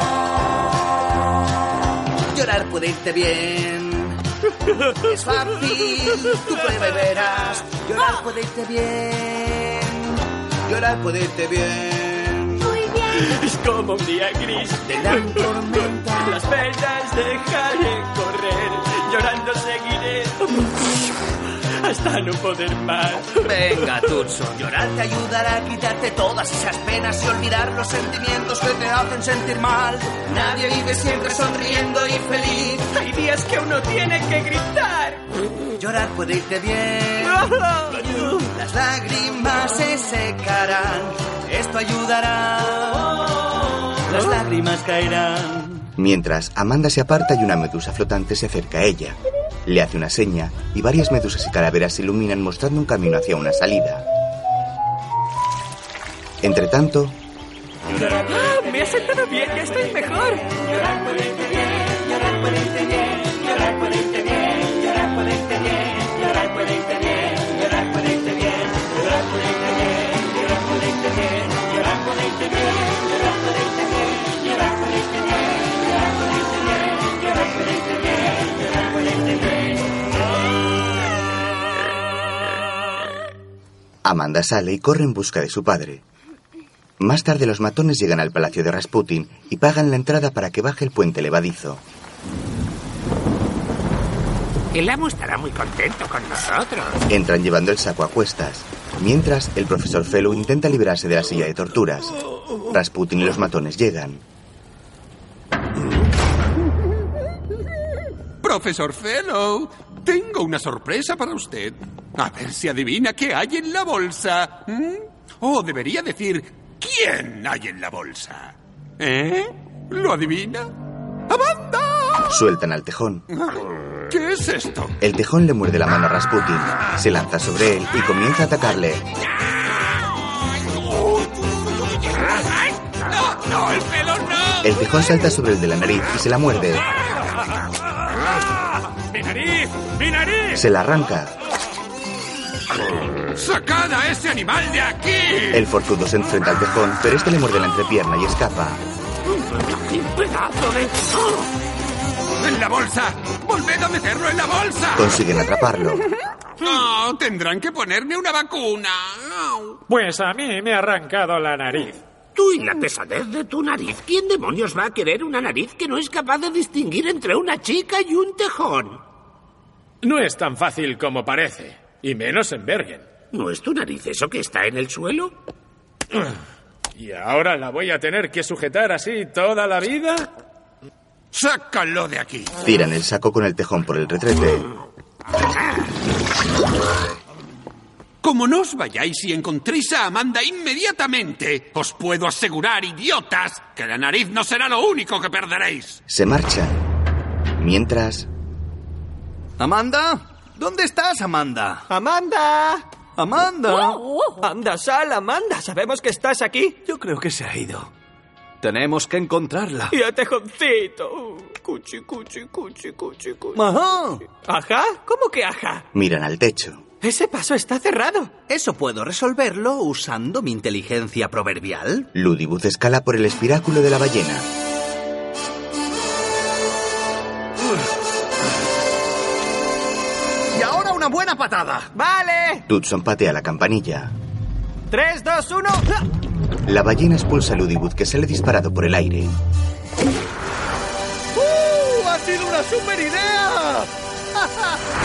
Speaker 3: Llorar puede irte bien. Es fácil, tú prueba y verás. Llorar puede irte bien. Llorar puede irte bien.
Speaker 7: Muy bien.
Speaker 2: Es como un día gris.
Speaker 3: Te dan tormenta.
Speaker 2: Las penas dejaré correr. Llorando seguiré. Hasta no poder más.
Speaker 3: Venga, Tutson, llorar te ayudará a quitarte todas esas penas y olvidar los sentimientos que te hacen sentir mal. Nadie vive siempre sonriendo y feliz.
Speaker 2: Hay días que uno tiene que gritar.
Speaker 3: Llorar puede irte bien. Las lágrimas se secarán. Esto ayudará. Las lágrimas caerán.
Speaker 1: Mientras, Amanda se aparta y una medusa flotante se acerca a ella. Le hace una seña y varias medusas y calaveras se iluminan mostrando un camino hacia una salida. Entre tanto,
Speaker 2: ¡Ah! Me ha sentado bien, ya estoy mejor. Llorar puede irte bien, llorar puede irte bien, llorar puede irte bien, llorar puede irte bien, llorar puede irte bien, llorar puede irte bien, llorar puede irte bien, llorar puede irte bien, llorar puede irte bien, llorar puede irte bien, llorar puede irte bien, llorar puede irte bien, llorar puede irte bien, llorar puede irte
Speaker 1: Amanda sale y corre en busca de su padre. Más tarde los matones llegan al palacio de Rasputin y pagan la entrada para que baje el puente levadizo.
Speaker 15: El amo estará muy contento con nosotros.
Speaker 1: Entran llevando el saco a cuestas. Mientras, el profesor Fellow intenta liberarse de la silla de torturas.
Speaker 2: este
Speaker 1: Rasputin y los matones llegan.
Speaker 11: Profesor Fellow, tengo una sorpresa para usted. A ver si adivina qué hay en la bolsa. ¿Mm? O debería decir, ¿quién hay en la bolsa? ¿Eh? ¿Lo adivina? ¡Amanda!
Speaker 1: Sueltan al tejón.
Speaker 11: ¿Qué es esto?
Speaker 1: El tejón le muerde la mano a Rasputin, se lanza sobre él y comienza a atacarle.
Speaker 11: ¡No, no, el pelo no!
Speaker 1: El tejón salta sobre el de la nariz y se la muerde.
Speaker 11: ¡Ah!
Speaker 6: ¡Mi nariz! ¡Mi nariz!
Speaker 1: Se la arranca.
Speaker 11: ¡Sacad a ese animal de aquí!
Speaker 1: El forzudo se enfrenta al tejón, pero este le muerde la entrepierna y escapa.
Speaker 6: ¡Un pedazo de...
Speaker 11: ¡En la bolsa! ¡Volved a meterlo en la bolsa! ¡Ah!
Speaker 1: Consiguen atraparlo.
Speaker 11: No, tendrán que ponerme una vacuna. Au.
Speaker 14: Pues a mí me ha arrancado la nariz.
Speaker 6: Tú y la pesadez de tu nariz. ¿Quién demonios va a querer una nariz que no es capaz de distinguir entre una chica y un tejón?
Speaker 8: No es tan fácil como parece, y menos en Bergen.
Speaker 6: ¿No es tu nariz eso que está en el suelo?
Speaker 8: ¿Y ahora la voy a tener que sujetar así toda la vida?
Speaker 11: ¡Sácalo de aquí!
Speaker 1: Tiran el saco con el tejón por el retrete.
Speaker 11: Como no os vayáis y encontréis a Amanda inmediatamente, os puedo asegurar, idiotas, que la nariz no será lo único que perderéis.
Speaker 1: Se marcha. Mientras,
Speaker 3: ¿Amanda? ¿Dónde estás, Amanda?
Speaker 2: ¡Amanda!
Speaker 3: ¡Amanda!
Speaker 2: ¡Anda, sal, Amanda! Sabemos que estás aquí.
Speaker 3: Yo creo que se ha ido. Tenemos que encontrarla.
Speaker 2: Y a tejoncito. Uh, Cuchi, cuchi, cuchi, cuchi, cuchi.
Speaker 3: Ajá.
Speaker 2: ¿Ajá? ¿Cómo que ajá?
Speaker 1: miran al techo.
Speaker 2: Ese paso está cerrado.
Speaker 3: Eso puedo resolverlo usando mi inteligencia proverbial.
Speaker 1: Ludibus escala por el espiráculo de la ballena.
Speaker 3: Y ahora una buena patada.
Speaker 2: ¡Vale!
Speaker 1: Dudson patea la campanilla.
Speaker 2: ¡Tres, dos, uno! ¡Ah!
Speaker 1: La ballena expulsa a Ludibus que sale disparado por el aire.
Speaker 3: ¡Uh! ¡Ha sido una super idea!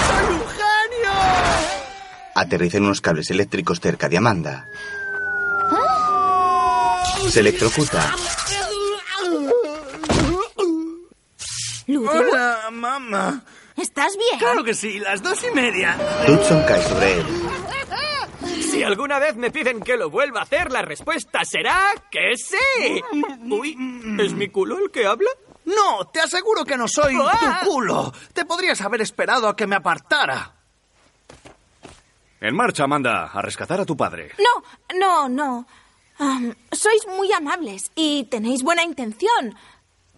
Speaker 3: ¡Soy un genio!
Speaker 1: Aterrizan unos cables eléctricos cerca de Amanda. Se electrocuta.
Speaker 3: Hola, mamá.
Speaker 7: ¿Estás bien?
Speaker 3: Claro que sí, las dos y media.
Speaker 1: Dudson cae sobre él.
Speaker 2: Si alguna vez me piden que lo vuelva a hacer, la respuesta será que sí. Uy, ¿es mi culo el que habla?
Speaker 3: No, te aseguro que no soy
Speaker 2: Ah.
Speaker 3: tu culo. Te podrías haber esperado a que me apartara. En marcha, Amanda, a rescatar a tu padre.
Speaker 7: No, no, no. Am, sois muy amables y tenéis buena intención,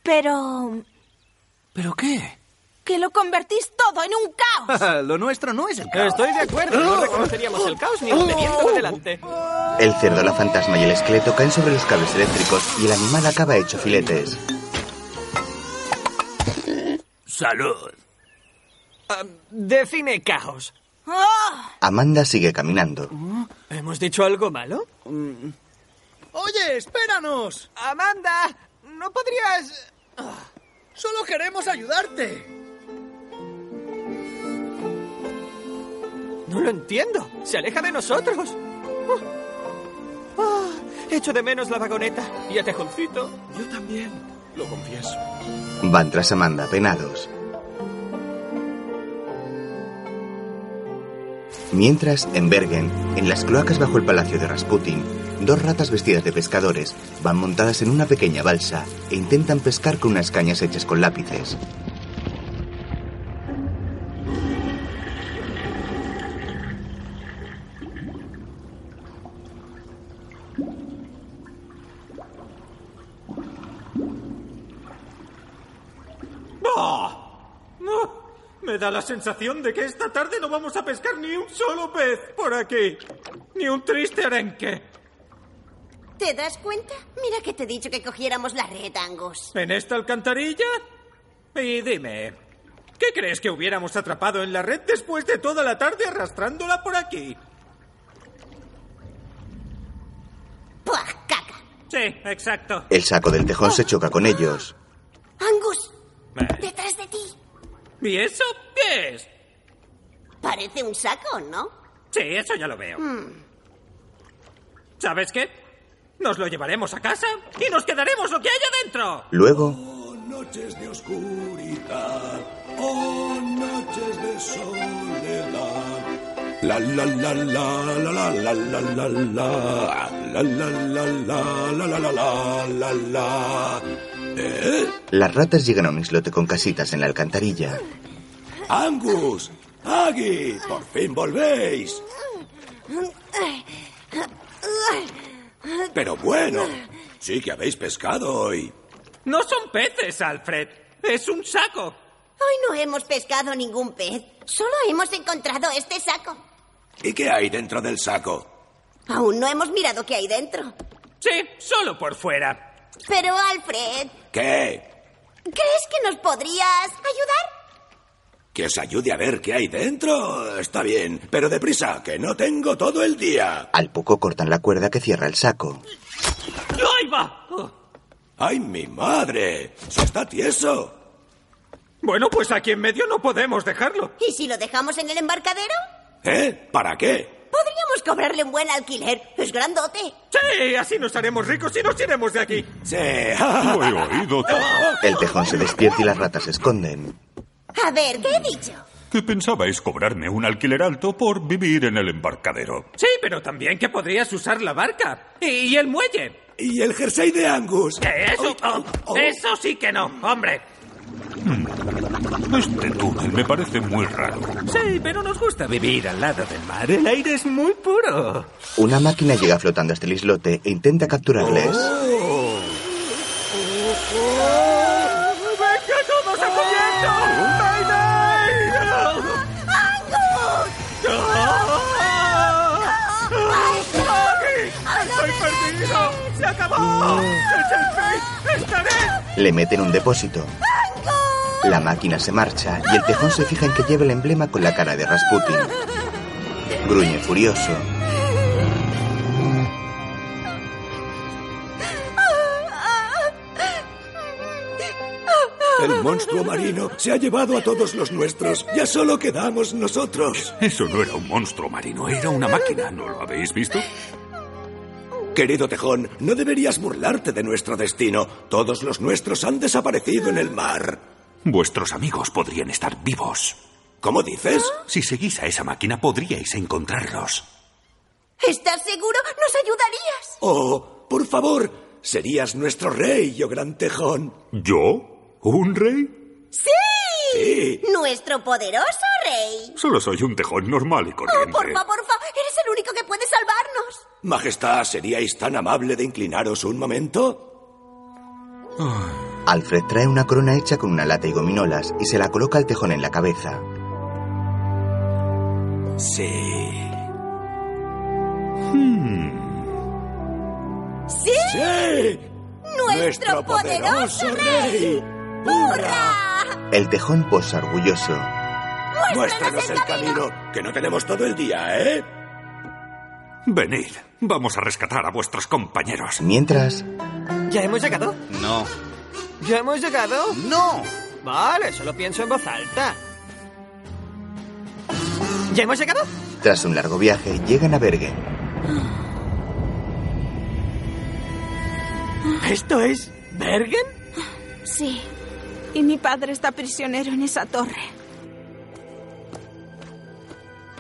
Speaker 7: pero
Speaker 3: ¿Pero qué?
Speaker 7: que lo convertís todo en un caos.
Speaker 3: Lo nuestro no es el caos.
Speaker 2: Ah. Estoy de acuerdo. No reconoceríamos el caos ni un teniéndolo delante.
Speaker 1: El cerdo, la fantasma y el esqueleto caen sobre los cables eléctricos y el animal acaba hecho filetes.
Speaker 16: Salud.
Speaker 2: Ah, define caos.
Speaker 3: Ah.
Speaker 1: Amanda sigue caminando.
Speaker 2: ¿Hemos dicho algo malo?
Speaker 3: Oye, espéranos.
Speaker 2: Amanda, ¿no podrías...?
Speaker 3: Solo queremos ayudarte.
Speaker 2: No lo entiendo. Se aleja de nosotros. Ah, ah, echo de menos la vagoneta. Y a Tejoncito. Yo también. Lo confieso.
Speaker 1: Van tras Amanda penados. Mientras, en Bergen, en las cloacas bajo el palacio de Rasputin, dos ratas vestidas de pescadores van montadas en una pequeña balsa e intentan pescar con unas cañas hechas con lápices.
Speaker 5: ¡No! ¡Ah! Me da la sensación de que esta tarde no vamos a pescar ni un solo pez por aquí. Ni un triste arenque.
Speaker 17: ¿Te das cuenta? Mira que te he dicho que cogiéramos la red, Angus.
Speaker 5: ¿En esta alcantarilla? Y dime, ¿qué crees que hubiéramos atrapado en la red después de toda la tarde arrastrándola por aquí?
Speaker 17: ¡Puah, caca!
Speaker 5: Sí, exacto.
Speaker 1: El saco del tejón se choca con ellos.
Speaker 17: ¡Angus! ¡Detrás de ti!
Speaker 5: ¿Y eso qué es?
Speaker 17: Parece un saco, ¿no? Hmm.
Speaker 5: Sí, eso ya lo veo. ¿Sabes qué? Nos lo llevaremos a casa y nos quedaremos lo que haya dentro.
Speaker 1: Luego,
Speaker 18: Noches de oscuridad, oh noches de soledad. La la la la la la la la la la la la la la la la la la la la. ¿Eh?
Speaker 1: las ratas llegan a un islote con casitas en la alcantarilla.
Speaker 18: Angus, Aggie, por fin volvéis.
Speaker 3: Mm.
Speaker 18: Pero bueno, sí que habéis pescado hoy.
Speaker 5: No son peces, Alfred. Es un saco.
Speaker 17: Hoy no hemos pescado ningún pez. Solo hemos encontrado este saco.
Speaker 18: ¿Y qué hay dentro del saco?
Speaker 17: Aún no hemos mirado qué hay dentro.
Speaker 5: Sí, solo por fuera.
Speaker 17: Pero, Alfred,
Speaker 18: ¿Qué?
Speaker 17: ¿crees que nos podrías ayudar?
Speaker 18: Que os ayude a ver qué hay dentro. Está bien, pero deprisa, que no tengo todo el día.
Speaker 1: Al poco cortan la cuerda que cierra el saco.
Speaker 5: ¡Ay!
Speaker 3: ¡Ahí va! Oh,
Speaker 18: ¡Ay, mi madre! ¡Se está tieso!
Speaker 6: Bueno, pues aquí en medio no podemos dejarlo.
Speaker 17: ¿Y si lo dejamos en el embarcadero?
Speaker 18: ¿Eh? ¿Para qué?
Speaker 17: Podríamos cobrarle un buen alquiler. Es grandote.
Speaker 6: Sí, así nos haremos ricos y nos iremos de aquí.
Speaker 18: Sí.
Speaker 10: Lo he oído todo.
Speaker 1: El tejón se despierta y las ratas se esconden.
Speaker 17: A ver, ¿qué he dicho?
Speaker 10: ¿Qué pensabais cobrarme un alquiler alto por vivir en el embarcadero?
Speaker 6: Sí, pero también que podrías usar la barca y el muelle.
Speaker 18: Y el jersey de Angus.
Speaker 6: Eh, Eso, oh, eso sí que no, hombre.
Speaker 10: Este túnel me parece muy raro.
Speaker 6: Sí, pero nos gusta vivir al lado del mar. El aire es muy puro.
Speaker 1: Una máquina llega flotando hasta el islote e intenta capturarles.
Speaker 2: ¡Venga todos a cubierto! ¡Mayday!
Speaker 6: ¡Estoy perdido! ¡Se acabó! ¡Es el fin! ¡Estaré!
Speaker 1: Le meten un depósito. La máquina se marcha y el tejón se fija en que lleva el emblema con la cara de Rasputin. Gruñe furioso.
Speaker 18: El monstruo marino se ha llevado a todos los nuestros. Ya solo quedamos nosotros.
Speaker 10: Eso no era un monstruo marino, era una máquina. ¿No lo habéis visto?
Speaker 18: Querido Tejón, no deberías burlarte de nuestro destino. Todos los nuestros han desaparecido en el mar.
Speaker 10: Vuestros amigos podrían estar vivos.
Speaker 18: ¿Cómo dices?
Speaker 10: Si seguís a esa máquina podríais encontrarlos.
Speaker 17: ¿Estás seguro? ¿Nos ayudarías?
Speaker 18: Oh, por favor, serías nuestro rey, yo gran Tejón.
Speaker 10: ¿Yo? ¿Un rey?
Speaker 17: ¡Sí!
Speaker 18: Sí.
Speaker 17: ¡Nuestro poderoso rey!
Speaker 10: Solo soy un tejón normal y
Speaker 17: Oh,
Speaker 10: corriente.
Speaker 17: porfa, porfa, eres el único que puede salvarnos.
Speaker 18: Majestad, ¿seríais tan amable de inclinaros un momento?
Speaker 1: Alfred trae una corona hecha con una lata y gominolas y se la coloca al tejón en la cabeza.
Speaker 18: Sí.
Speaker 1: Hmm.
Speaker 17: ¡Sí!
Speaker 18: ¡Sí!
Speaker 17: ¡Nuestro, poderoso, rey! ¡Hurra!
Speaker 1: El tejón posa orgulloso.
Speaker 18: Muéstranos el camino, que no tenemos todo el día, ¿eh?
Speaker 10: Venid, vamos a rescatar a vuestros compañeros.
Speaker 1: Mientras,
Speaker 3: ¿Ya hemos llegado?
Speaker 10: No.
Speaker 3: ¿Ya hemos llegado?
Speaker 19: ¡No!
Speaker 3: Vale, solo pienso en voz alta. ¿Ya hemos llegado?
Speaker 1: tras un largo viaje, llegan a Bergen.
Speaker 3: ¿Esto es Bergen?
Speaker 7: Sí. Y mi padre está prisionero en esa torre.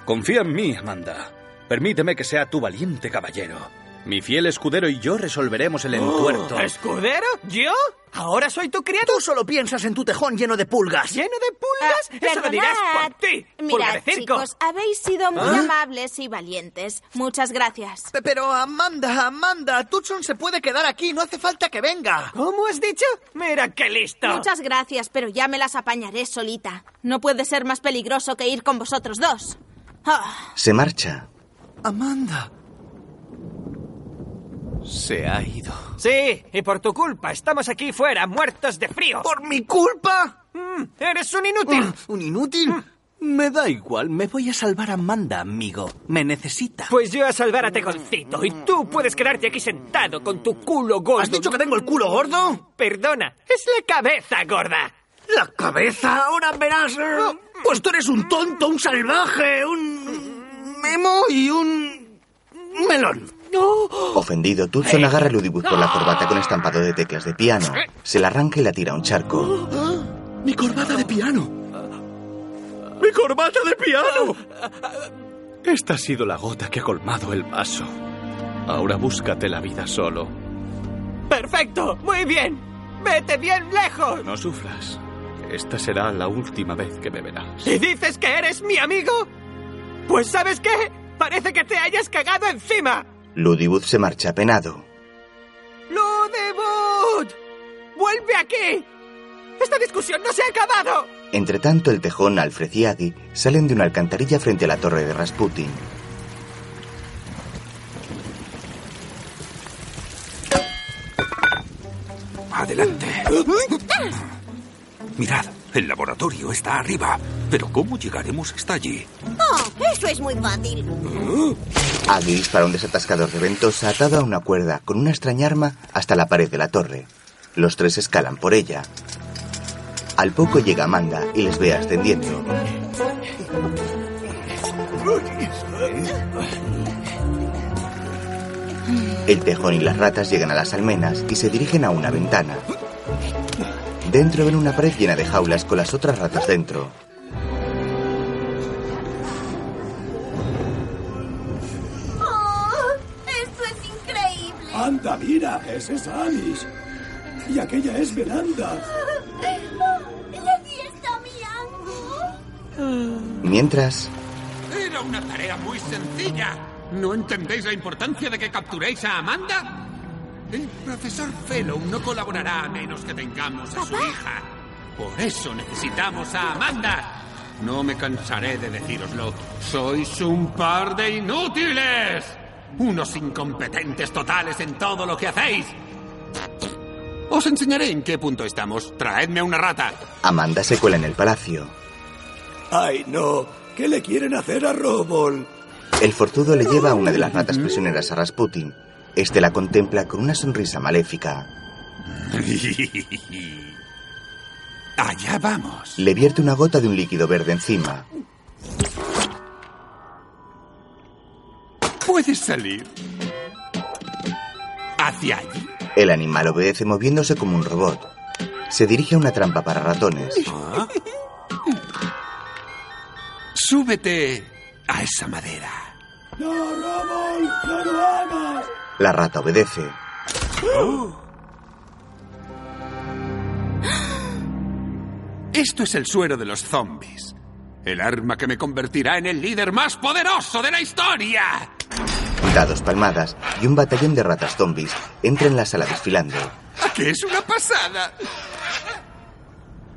Speaker 19: Confía en mí, Amanda. Permíteme que sea tu valiente caballero. Mi fiel escudero y yo resolveremos el
Speaker 3: Oh,
Speaker 19: entuerto.
Speaker 3: ¿Escudero? ¿Yo? ¿Ahora soy tu criado?
Speaker 20: Tú solo piensas en tu tejón lleno de pulgas.
Speaker 3: ¿Lleno de pulgas?
Speaker 7: Ah,
Speaker 3: Eso lo dirás
Speaker 7: perdonad.
Speaker 3: por ti. pulga
Speaker 7: Mirad,
Speaker 3: de circo.
Speaker 7: chicos, habéis sido muy
Speaker 3: ¿Ah?
Speaker 7: amables y valientes. Muchas gracias.
Speaker 20: Pe- Pero Amanda, Amanda, Tutson se puede quedar aquí, no hace falta que venga.
Speaker 3: ¿Cómo has dicho? Mira qué listo.
Speaker 7: Muchas gracias, pero ya me las apañaré solita. No puede ser más peligroso que ir con vosotros dos. Ah,
Speaker 1: Se marcha.
Speaker 20: Amanda.
Speaker 19: Se ha ido.
Speaker 3: Sí, y por tu culpa estamos aquí fuera, muertos de frío. Mm,
Speaker 20: ¿Por mi culpa? Mm,
Speaker 3: ¡Eres un inútil! Mm.
Speaker 20: ¿Un inútil?
Speaker 6: Me da igual, me voy a salvar a Amanda, amigo. Me necesita.
Speaker 3: Pues yo a salvar a Tegoncito y tú puedes quedarte aquí sentado con tu culo gordo. ¿Has dicho que tengo el culo gordo? Perdona, es la cabeza gorda. Oh.
Speaker 20: ¡La cabeza! ¡Ahora verás! eh. Pues tú eres un tonto, un salvaje, un memo y un melón.
Speaker 1: Ofendido, Tutson agarra el Udibus por la corbata con estampado de teclas de piano. Se la arranca y la tira a un charco.
Speaker 20: ¡Ah! Mi corbata de piano.
Speaker 9: ¡Mi corbata de piano! Esta ha sido la gota que ha colmado el vaso. Ahora búscate la vida solo.
Speaker 3: Perfecto, muy bien. Vete bien lejos.
Speaker 9: No sufras. Esta será la última vez que me verás.
Speaker 3: ¿Y dices que eres mi amigo? Pues sabes qué, parece que te hayas cagado encima.
Speaker 1: Ludibut se marcha penado.
Speaker 3: ¡Ludebut! ¡Vuelve aquí! ¡Esta discusión no se ha acabado!
Speaker 1: Entretanto, el tejón, Alfred y Aggie salen de una alcantarilla frente a la torre de Rasputin.
Speaker 10: Adelante. Mirad, El laboratorio está arriba. Pero ¿cómo llegaremos hasta allí?
Speaker 17: ¡Oh! Eso es muy fácil. ¿Eh?
Speaker 1: Agui dispara un desatascador de ventosa atado a una cuerda con una extraña arma hasta la pared de la torre. Los tres escalan por ella. Al poco llega Manda y les ve ascendiendo. El tejón y las ratas llegan a las almenas y se dirigen a una ventana. Dentro ven una pared llena de jaulas con las otras ratas dentro.
Speaker 17: ¡Oh! ¡Esto es increíble!
Speaker 18: Anda, mira, ese es Alice. Y aquella es Veranda.
Speaker 17: ¡La fiesta, mi amo!
Speaker 1: Mientras,
Speaker 11: Era una tarea muy sencilla. ¿No entendéis la importancia de que capturéis a Amanda? El profesor Fellow no colaborará a menos que tengamos a su hija. Por eso necesitamos a Amanda. No me cansaré de decíroslo. Sois un par de inútiles. Unos incompetentes totales en todo lo que hacéis. Os enseñaré en qué punto estamos. Traedme una rata.
Speaker 1: Amanda se cuela en el palacio.
Speaker 18: ¡Ay, no! ¿Qué le quieren hacer a Robol?
Speaker 1: El forzudo le lleva a una de las ratas prisioneras a Rasputin. Este la contempla con una sonrisa maléfica.
Speaker 11: Allá vamos.
Speaker 1: Le vierte una gota de un líquido verde encima.
Speaker 11: Puedes salir. Hacia allí.
Speaker 1: El animal obedece moviéndose como un robot. Se dirige a una trampa para ratones.
Speaker 11: Ah. Súbete a esa madera.
Speaker 18: ¡No, Robol! ¡No lo hagas!
Speaker 1: La rata obedece.
Speaker 18: ¡Oh!
Speaker 11: Esto es el suero de los zombies. El arma que me convertirá en el líder más poderoso de la historia.
Speaker 1: Da dos palmadas y un batallón de ratas zombies entra en la sala desfilando.
Speaker 11: ¡Que es una pasada!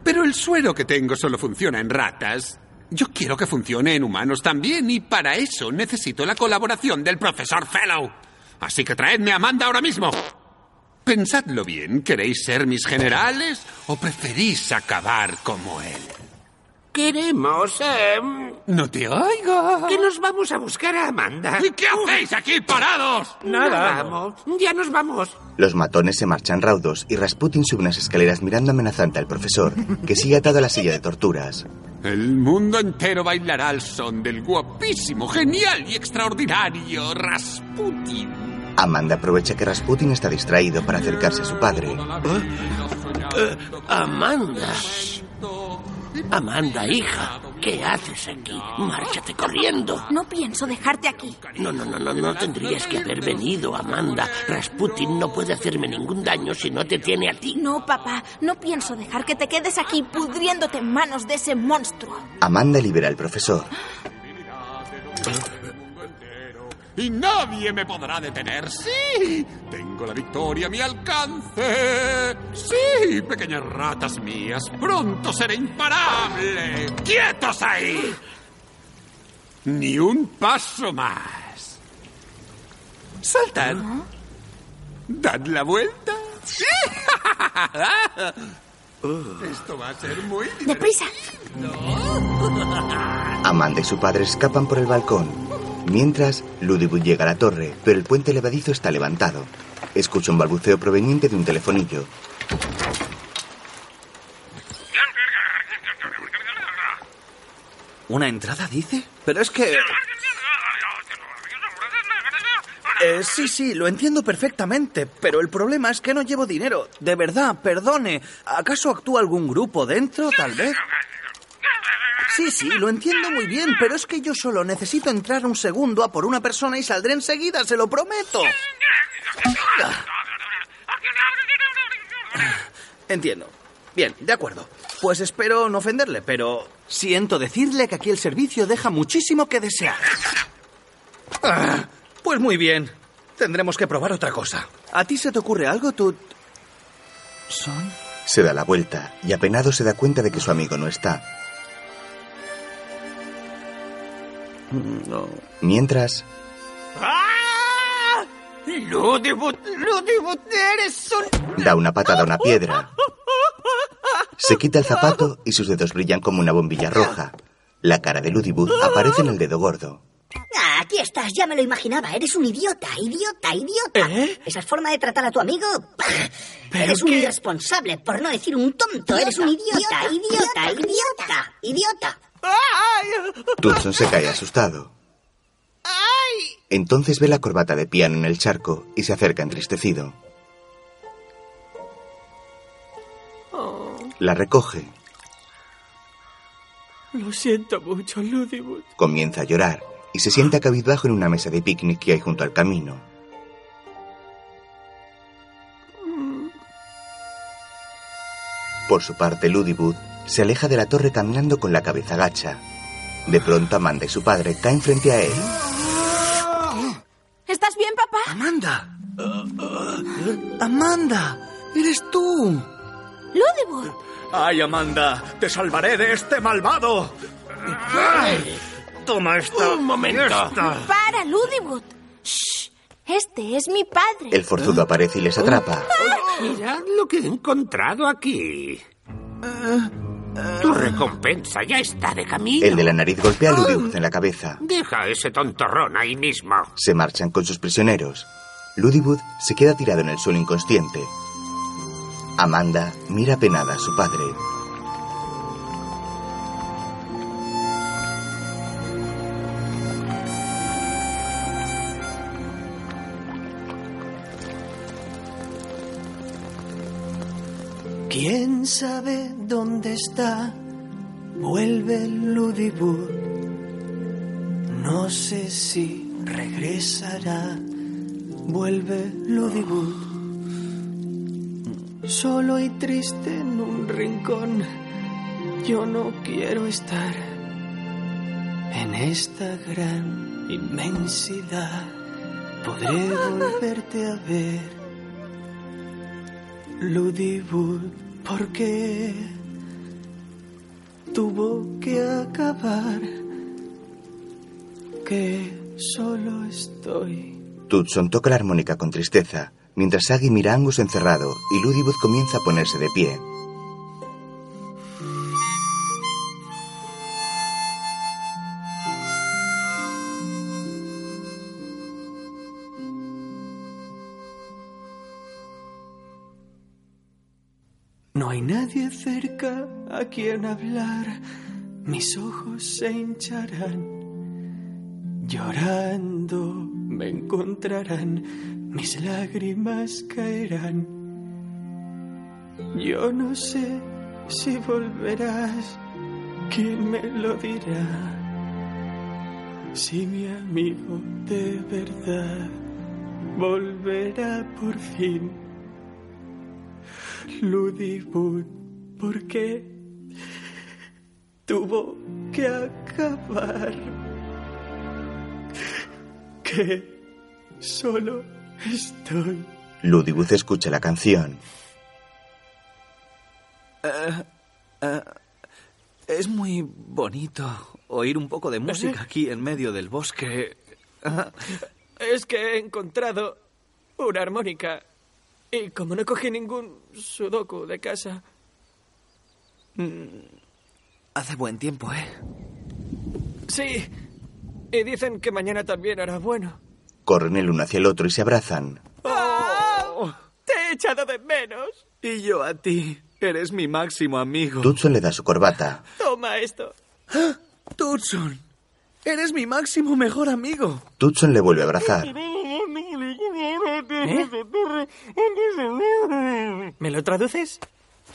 Speaker 11: Pero el suero que tengo solo funciona en ratas. Yo quiero que funcione en humanos también y para eso necesito la colaboración del profesor Fellow. Así que traedme a Amanda ahora mismo. Pensadlo bien, ¿queréis ser mis generales o preferís acabar como él?
Speaker 6: Queremos... em,
Speaker 11: No te oigo.
Speaker 6: Que nos vamos a buscar a Amanda.
Speaker 11: ¿Y qué hacéis aquí parados?
Speaker 6: Nada. vamos. Ya nos vamos.
Speaker 1: Los matones se marchan raudos y Rasputin sube unas escaleras mirando amenazante al profesor, que sigue atado a la silla de torturas.
Speaker 11: El mundo entero bailará al son del guapísimo, genial y extraordinario Rasputin.
Speaker 1: Amanda aprovecha que Rasputin está distraído para acercarse a su padre.
Speaker 16: Eh, Amanda. Amanda, hija. ¿Qué haces aquí? Márchate corriendo.
Speaker 7: No pienso dejarte aquí.
Speaker 16: No, no, no, no, no tendrías que haber venido, Amanda. Rasputin no puede hacerme ningún daño si no te tiene a ti.
Speaker 7: No, papá, no pienso dejar que te quedes aquí pudriéndote en manos de ese monstruo.
Speaker 1: Amanda libera al profesor.
Speaker 11: Y nadie me podrá detener. Sí, tengo la victoria a mi alcance. Sí, pequeñas ratas mías, pronto seré imparable. ¡Quietos ahí! Ni un paso más. Saltad. Dad la vuelta. Sí. Esto va a ser muy...
Speaker 7: ¡Deprisa!
Speaker 1: Amanda y su padre escapan por el balcón. Mientras, Ludwig llega a la torre, pero el puente levadizo está levantado. Escucha un balbuceo proveniente de un telefonillo.
Speaker 3: ¿Una entrada dice? Pero es que... Eh, sí, sí, lo entiendo perfectamente, pero el problema es que no llevo dinero. De verdad, perdone. ¿Acaso actúa algún grupo dentro, tal vez? Sí, sí, lo entiendo muy bien, pero es que yo solo necesito entrar un segundo a por una persona y saldré enseguida, se lo prometo. Entiendo. Bien, de acuerdo. Pues espero no ofenderle, pero siento decirle que aquí el servicio deja muchísimo que desear. Ah, pues muy bien. Tendremos que probar otra cosa. ¿A ti se te ocurre algo, tú? ¿Son?
Speaker 1: Se da la vuelta y apenado se da cuenta de que su amigo no está. Mm, Mientras,
Speaker 5: ¡Ah! Ludibut, Ludibut, eres un...
Speaker 1: da una patada a una piedra. Se quita el zapato y sus dedos brillan como una bombilla roja. La cara de Ludibut aparece en el dedo gordo.
Speaker 17: Ah, aquí estás, ya me lo imaginaba. Eres un idiota, idiota, idiota. Esa forma de tratar a tu amigo. ¡pah! Eres un irresponsable, por no decir un tonto. Eres un idiota, idiota, idiota, idiota.
Speaker 1: Thurston se cae asustado. Entonces ve la corbata de piano en el charco y se acerca entristecido.
Speaker 2: Oh,
Speaker 1: La recoge,
Speaker 21: Lo siento mucho, Ludibut.
Speaker 1: comienza a llorar y se sienta cabizbajo en una mesa de picnic que hay junto al camino. Por su parte, Ludibut se aleja de la torre caminando con la cabeza gacha. De pronto, Amanda y su padre caen frente a él.
Speaker 7: ¿Estás bien, papá?
Speaker 3: ¡Amanda! ¡Amanda! ¡Eres tú!
Speaker 7: ¡Ludibut!
Speaker 3: ¡Ay, Amanda! ¡Te salvaré de este malvado! Toma esta.
Speaker 6: Un momento.
Speaker 1: Ah.
Speaker 3: esta.
Speaker 7: ¡Para, Ludibut! ¡Shh! Este es mi padre.
Speaker 1: El forzudo aparece y les atrapa.
Speaker 6: Mirad lo que he encontrado aquí. Tu recompensa ya está de camino.
Speaker 1: El de la nariz golpea a Ludibut en la cabeza.
Speaker 6: Deja a ese tontorrón ahí mismo.
Speaker 1: Se marchan con sus prisioneros. Ludibut se queda tirado en el suelo inconsciente. Amanda mira penada a su padre.
Speaker 2: ¿Quién sabe dónde está? Vuelve Ludibur. No sé si regresará. Vuelve Ludibur. Solo y triste en un rincón. Yo no quiero estar en esta gran inmensidad. Podré volverte a ver. Ludibur, ¿por qué tuvo que acabar? Que solo estoy.
Speaker 1: Tutson toca la armónica con tristeza, mientras Sagi mira a Angus encerrado y Ludibut comienza a ponerse de pie.
Speaker 2: No hay nadie cerca a quien hablar. Mis ojos se hincharán. Llorando me encontrarán. Mis lágrimas caerán. Yo no sé si volverás. ¿Quién me lo dirá? Si mi amigo de verdad volverá por fin. Ludibut, ¿por qué tuvo que acabar? Que solo estoy.
Speaker 1: Ludibut escucha la canción.
Speaker 22: Eh, eh,
Speaker 9: Es muy bonito oír un
Speaker 21: ¿Eh?
Speaker 9: poco de música aquí en medio del bosque. Ah,
Speaker 21: Es que he encontrado una armónica. Y como no cogí ningún sudoku de casa.
Speaker 9: Hace buen tiempo, ¿eh?
Speaker 21: Sí. Y dicen que mañana también hará bueno.
Speaker 1: Corren el uno hacia el otro y se abrazan.
Speaker 9: Oh.
Speaker 21: Te he echado de menos.
Speaker 9: Y yo a ti. Eres mi máximo amigo.
Speaker 1: Tutson le da su corbata.
Speaker 21: Toma esto.
Speaker 9: ¡Ah!
Speaker 3: Tutson, eres mi máximo mejor amigo.
Speaker 1: Tutson le vuelve a abrazar.
Speaker 21: ¿Eh? ¿Me lo traduces?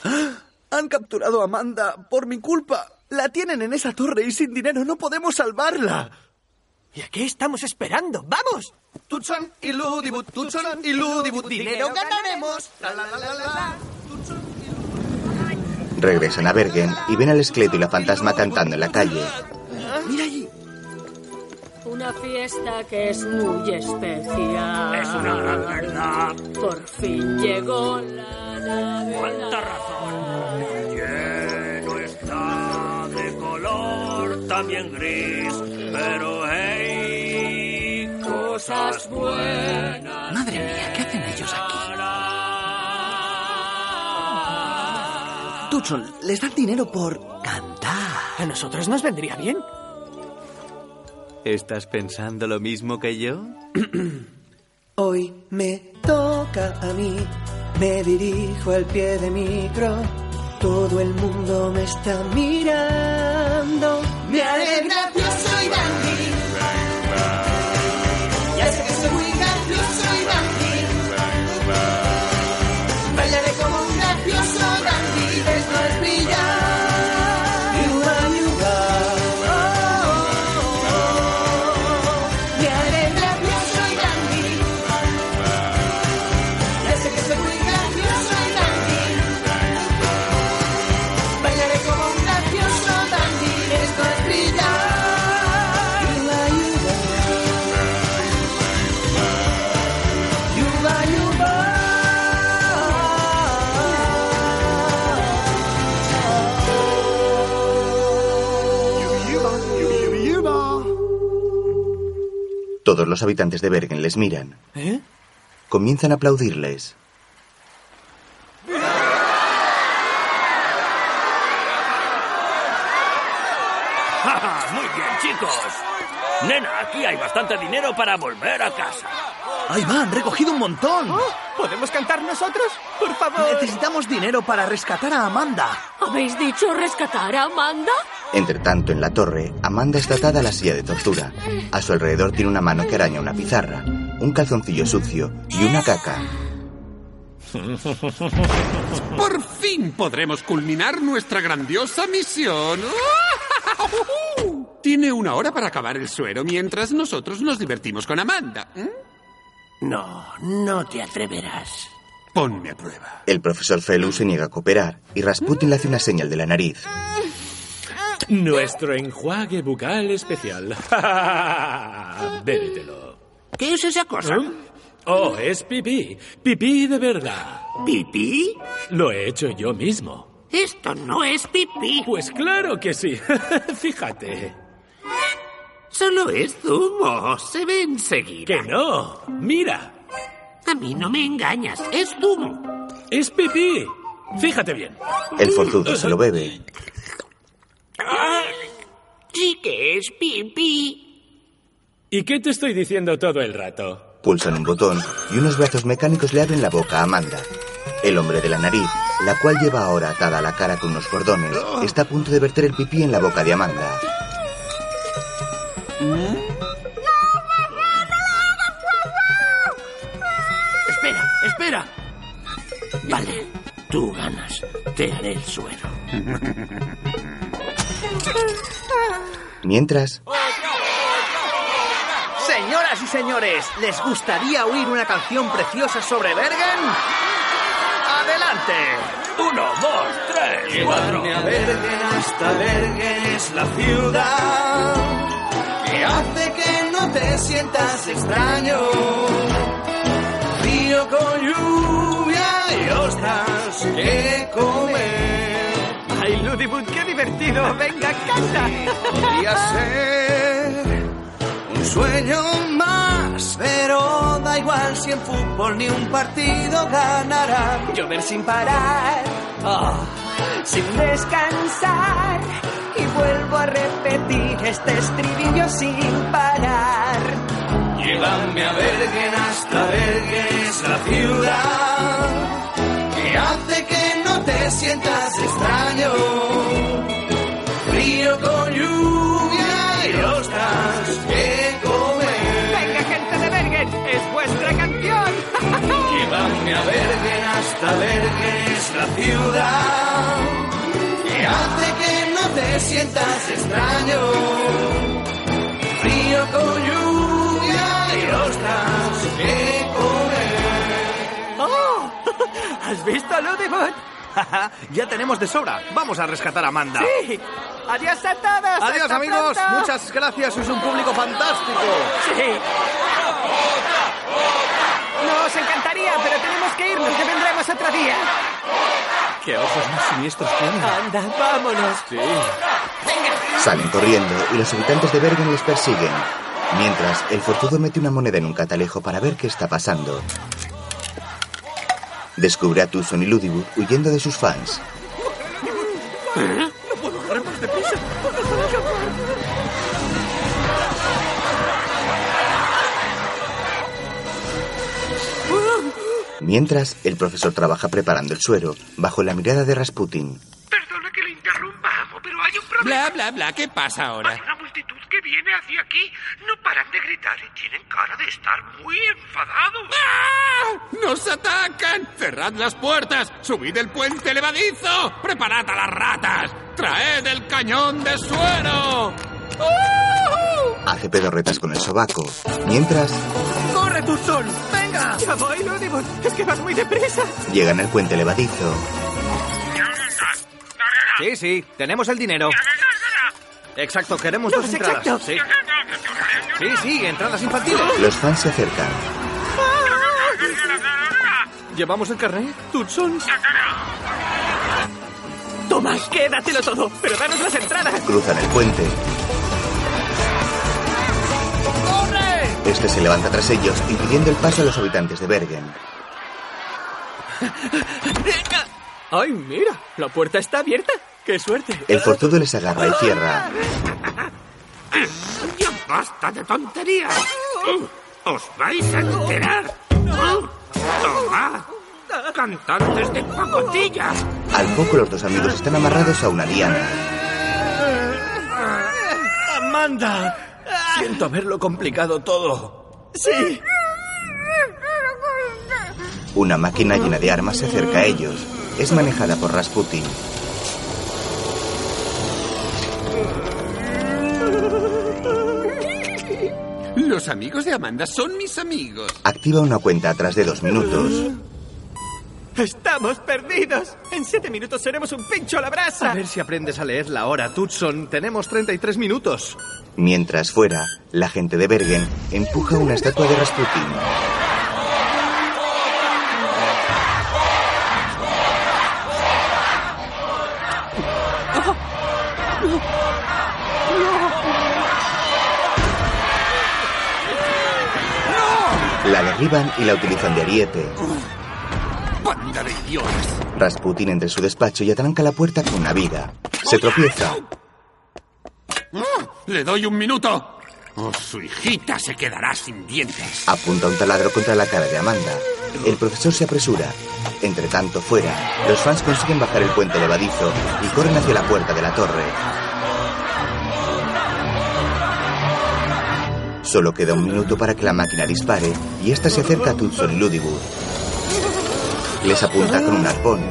Speaker 3: ¡Ah! Han capturado a Amanda por mi culpa. La tienen en esa torre y sin dinero no podemos salvarla.
Speaker 21: ¿Y a qué estamos esperando? ¡Vamos!
Speaker 23: Tutson y Ludibut, Tutson y Ludibut, dinero ganaremos. La, la, la, la, la, la.
Speaker 1: Regresan a Bergen y ven al esqueleto y la fantasma cantando en la calle.
Speaker 23: Mira allí.
Speaker 13: Una fiesta que es muy especial.
Speaker 2: Es una gran
Speaker 13: verdad. Por fin llegó la Navidad.
Speaker 2: ¡Cuánta razón! Lleno está de color, también gris, pero hey, cosas buenas. Madre mía, ¿qué hacen ellos aquí?
Speaker 3: Hudson, les dan dinero por cantar.
Speaker 24: A nosotros nos vendría bien.
Speaker 25: ¿Estás pensando lo mismo que yo?
Speaker 9: Hoy me toca a mí, me dirijo al pie de micro, todo el mundo me está mirando. Me alegra, yo soy Dandy. Ya sé que soy muy gracioso y Dandy. Bailaré como un gracioso Dandy, esto es brillar. Yuga, yuga, oh, oh, oh. Me alegra, yo soy Dandy. Ya sé que soy muy gracioso y Dandy. Bailaré como un gracioso Dandy, esto es brillar. Yuga, yuga. Yuba, yuba.
Speaker 1: Todos los habitantes de Bergen les miran.
Speaker 24: ¿Eh?
Speaker 1: Comienzan a aplaudirles.
Speaker 26: ¡Ja, ja! Muy bien, chicos. Nena, aquí hay bastante dinero para volver a casa.
Speaker 3: ¡Ahí va! ¡Han recogido un montón!
Speaker 24: ¿Oh? ¿Podemos cantar nosotros? Por favor.
Speaker 3: Necesitamos dinero para rescatar a Amanda.
Speaker 27: ¿Habéis dicho rescatar a Amanda?
Speaker 1: Entre tanto, en la torre, Amanda está atada a la silla de tortura. A su alrededor tiene una mano que araña una pizarra, un calzoncillo sucio y una caca.
Speaker 11: Por fin podremos culminar nuestra grandiosa misión. Tiene una hora para acabar el suero mientras nosotros nos divertimos con Amanda. ¿eh?
Speaker 13: No, no te atreverás.
Speaker 11: Ponme a prueba.
Speaker 1: El profesor Felu se niega a cooperar y Rasputin le hace una señal de la nariz.
Speaker 6: Nuestro enjuague bucal especial. Bébetelo.
Speaker 13: ¿Qué es esa cosa?
Speaker 6: Oh, es pipí. Pipí de verdad.
Speaker 13: ¿Pipí?
Speaker 6: Lo he hecho yo mismo.
Speaker 13: Esto no es pipí.
Speaker 6: Pues claro que sí. Fíjate.
Speaker 13: Solo es zumo. Se ve enseguida.
Speaker 6: Que no. Mira.
Speaker 13: A mí no me engañas. Es zumo.
Speaker 6: Es pipí. Fíjate bien.
Speaker 1: El forzudo se lo bebe.
Speaker 13: Sí que es pipí.
Speaker 6: ¿Y qué te estoy diciendo todo el rato?
Speaker 1: Pulsan un botón y unos brazos mecánicos le abren la boca a Amanda. El hombre de la nariz, la cual lleva ahora atada a la cara con unos cordones, está a punto de verter el pipí en la boca de Amanda.
Speaker 23: ¿Eh?
Speaker 13: Espera, espera. Vale, tú ganas. Te haré el suero.
Speaker 1: Mientras,
Speaker 3: Señoras y señores, ¿les gustaría oír una canción preciosa sobre Bergen? ¡Adelante!
Speaker 26: Uno, dos, tres, cuatro.
Speaker 2: Llevarme a Bergen hasta Bergen es la ciudad que hace que no te sientas extraño. Río con lluvia y ostras que comer.
Speaker 24: ¡Ay, Ludibut, qué divertido! ¡Venga, canta!
Speaker 2: Podría ser un sueño más, pero da igual si en fútbol ni un partido ganará.
Speaker 24: Llover sin parar, ah, sin descansar. Y vuelvo a repetir este estribillo sin parar.
Speaker 2: Llévame a Bergen hasta Bergen es la ciudad que hace que no te sientas extraño. Frío con lluvia y ostras que comer.
Speaker 24: ¡Venga, gente de Bergen! ¡Es vuestra canción!
Speaker 2: Llévame a Bergen hasta Bergen es la ciudad que hace que no te sientas extraño. Frío con lluvia y ostras que comer.
Speaker 24: ¡Oh! ¿Has visto, Ludibut?
Speaker 3: ya tenemos de sobra. Vamos a rescatar a Amanda.
Speaker 24: ¡Sí! ¡Adiós a todos!
Speaker 3: Adiós,
Speaker 24: ¡Hasta
Speaker 3: amigos.
Speaker 24: pronto!
Speaker 3: Muchas gracias. Sois un público fantástico.
Speaker 24: ¡Sí! Nos encantaría, pero tenemos que irnos, que vendremos otro día.
Speaker 28: ¡Qué ojos más siniestros tiene!
Speaker 24: Anda, vámonos.
Speaker 1: salen corriendo y los habitantes de Bergen les persiguen. Mientras, el forzudo mete una moneda en un catalejo para ver qué está pasando. Descubre a Tucson y Ludibut huyendo de sus fans.
Speaker 2: Eh,
Speaker 5: No puedo dar más deprisa. Van a acabar.
Speaker 2: Uh,
Speaker 1: Mientras, el profesor trabaja preparando el suero bajo la mirada de Rasputin.
Speaker 11: Bla, bla, bla, ¿qué pasa ahora?
Speaker 5: Una multitud que viene hacia aquí. No paran de gritar y tienen cara de estar muy enfadados.
Speaker 11: ¡Ah! ¡Nos atacan! ¡Cerrad las puertas! ¡Subid el puente levadizo! ¡Preparad a las ratas! ¡Traed el cañón de suero! ¡Uh!
Speaker 1: Hace pedorretas con el sobaco. Mientras,
Speaker 5: ¡Corre, Turzón! ¡Venga! Ya voy, Ludibus. Es que vas muy deprisa.
Speaker 1: llegan al puente levadizo.
Speaker 9: Sí, sí, tenemos el dinero. Exacto, queremos
Speaker 5: Los,
Speaker 9: dos entradas.
Speaker 5: exacto.
Speaker 9: Sí. sí, sí, entradas infantiles.
Speaker 1: Los fans se acercan.
Speaker 9: ¿Llevamos el carnet? ¿Tutsons?
Speaker 2: Toma, quédatelo todo, pero danos las entradas.
Speaker 1: Cruzan el puente. Este se levanta tras ellos, impidiendo el paso a los habitantes de Bergen.
Speaker 2: ¡Ay, mira! La puerta está abierta. ¡Qué suerte!
Speaker 1: El forzudo les agarra y cierra.
Speaker 29: ¡Ya basta de tonterías! Uh, ¡Os vais a enterar! ¡Tomad! ¡Cantantes de pacotilla!
Speaker 1: Al poco los dos amigos están amarrados a una liana.
Speaker 9: Amanda, siento haberlo complicado todo.
Speaker 2: Sí.
Speaker 1: Una máquina llena de armas se acerca a ellos. Es manejada por Rasputin.
Speaker 11: Los amigos de Amanda son mis amigos.
Speaker 1: Activa una cuenta atrás de dos minutos.
Speaker 2: ¡Estamos perdidos! En siete minutos seremos un pincho a la brasa.
Speaker 9: A ver si aprendes a leer la hora, Tutson. Tenemos 33 minutos.
Speaker 1: Mientras fuera, la gente de Bergen empuja una estatua de Rasputin. La derriban y la utilizan de ariete.
Speaker 11: ¡Banda de idiotas!
Speaker 1: Rasputin entra en su despacho y atranca la puerta con una vida. Se tropieza.
Speaker 11: ¡Le doy un minuto! O su hijita se quedará sin dientes.
Speaker 1: Apunta un taladro contra la cara de Amanda. El profesor se apresura. Entre tanto, fuera, los fans consiguen bajar el puente levadizo y corren hacia la puerta de la torre. Solo queda un minuto para que la máquina dispare y esta se acerca a Tutson y Ludibur. Les apunta con un arpón.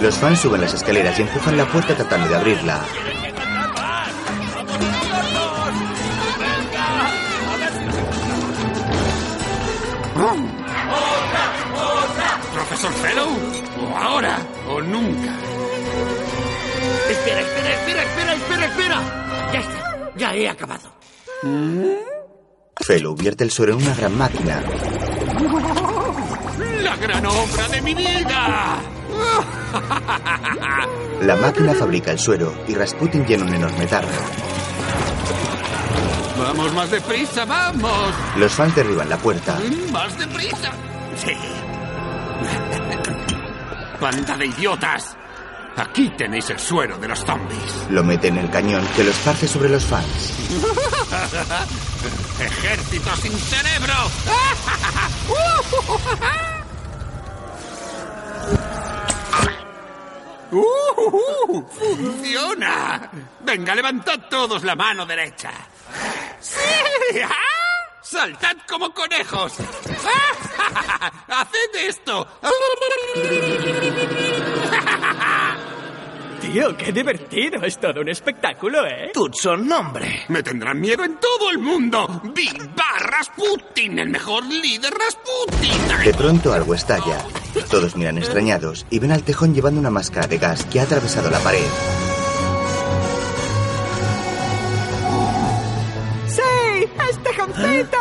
Speaker 1: Los fans suben las escaleras y empujan la puerta tratando de abrirla.
Speaker 11: Profesor Fellow, o ahora o nunca.
Speaker 29: Espera, espera, espera, espera, espera, espera. Ya está, ya he acabado.
Speaker 1: Fellow vierte el suero en una gran máquina.
Speaker 11: ¡La gran obra de mi vida!
Speaker 1: La máquina fabrica el suero y Rasputin llena un enorme tarro.
Speaker 11: ¡Vamos más deprisa, vamos!
Speaker 1: Los fans derriban la puerta.
Speaker 11: ¡Más deprisa! Sí. ¡Banda de idiotas! Aquí tenéis el suero de los zombies.
Speaker 1: Lo mete en el cañón que lo esparce sobre los fans.
Speaker 11: ¡Ejército sin cerebro! ¡Uh! ¡Funciona! Venga, levantad todos la mano derecha. ¡Sí! ¡Ah! ¡Saltad como conejos! ¡Haced esto!
Speaker 2: Tío, qué divertido. Es todo un espectáculo, ¿eh?
Speaker 11: Tutson, nombre. Me tendrán miedo en todo el mundo. ¡Viva Rasputin, el mejor líder Rasputin!
Speaker 1: De pronto algo estalla. Todos miran extrañados y ven al tejón llevando una máscara de gas que ha atravesado la pared.
Speaker 5: ¡Sí! ¡Es
Speaker 2: este
Speaker 5: tejoncito!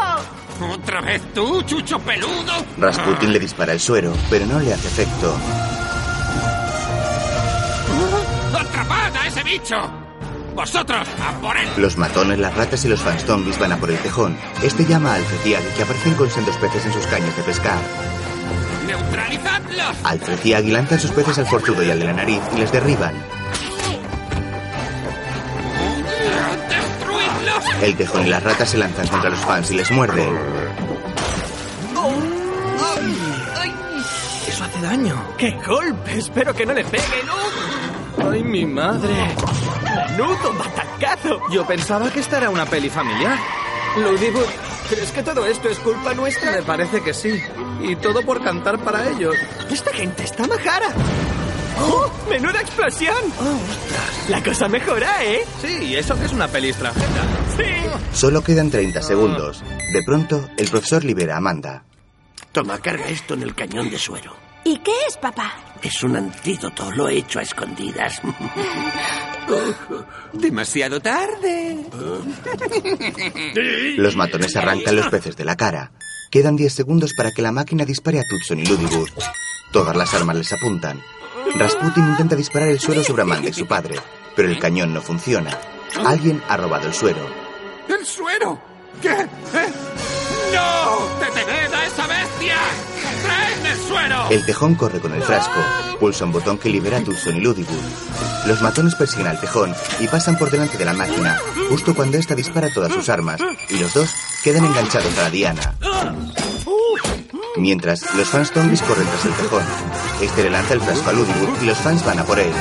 Speaker 11: ¿Otra vez tú, chucho peludo?
Speaker 1: Rasputin le dispara el suero, pero no le hace efecto.
Speaker 11: ¡Atrapad a ese bicho! ¡Vosotros, a por él!
Speaker 1: Los matones, las ratas y los fans zombies van a por el tejón. Este llama al fetial que aparecen con sendos peces en sus cañas de pescar.
Speaker 11: ¡Neutralizadlos!
Speaker 1: Alfred y Aggie lanzan sus peces al forzudo y al de la nariz y les derriban. El quejón y las ratas se lanzan contra los fans y les muerden.
Speaker 2: Eso hace daño. ¡Qué golpe! Espero que no le peguen.
Speaker 30: ¡Ay, mi madre!
Speaker 2: ¡Menudo batacazo!
Speaker 30: Yo pensaba que esta era una peli familiar.
Speaker 2: Lo digo. ¿Crees que todo esto es culpa nuestra?
Speaker 30: Me parece que sí. Y todo por cantar para ellos.
Speaker 2: ¡Esta gente está majara! ¡Oh! ¡Menuda explosión! La cosa mejora, ¿eh?
Speaker 30: Sí, eso que es una peli extranjera.
Speaker 1: Solo quedan 30 segundos. De pronto, el profesor libera a Amanda.
Speaker 16: Toma, carga esto en el cañón de suero.
Speaker 7: ¿Y qué es, papá?
Speaker 16: Es un antídoto, lo he hecho a escondidas.
Speaker 11: Demasiado tarde.
Speaker 1: Los matones arrancan los peces de la cara. Quedan 10 segundos para que la máquina dispare a Tutson y Ludibur. Todas las armas les apuntan. Rasputin intenta disparar el suero sobre Amanda y su padre, pero el cañón no funciona. Alguien ha robado el suero.
Speaker 11: ¡El suero! ¿Qué? ¿Eh? ¡No! ¡Detened a esa bestia! ¡Traed el suero!
Speaker 1: El tejón corre con el frasco, pulsa un botón que libera a Tutson y Ludibur. Los matones persiguen al tejón y pasan por delante de la máquina, justo cuando ésta dispara todas sus armas, y los dos quedan enganchados a la diana.
Speaker 2: Ah. Uh.
Speaker 1: Mientras, los fans zombies corren tras el tejón. Este le lanza el frasco a Ludibur y los fans van a por él.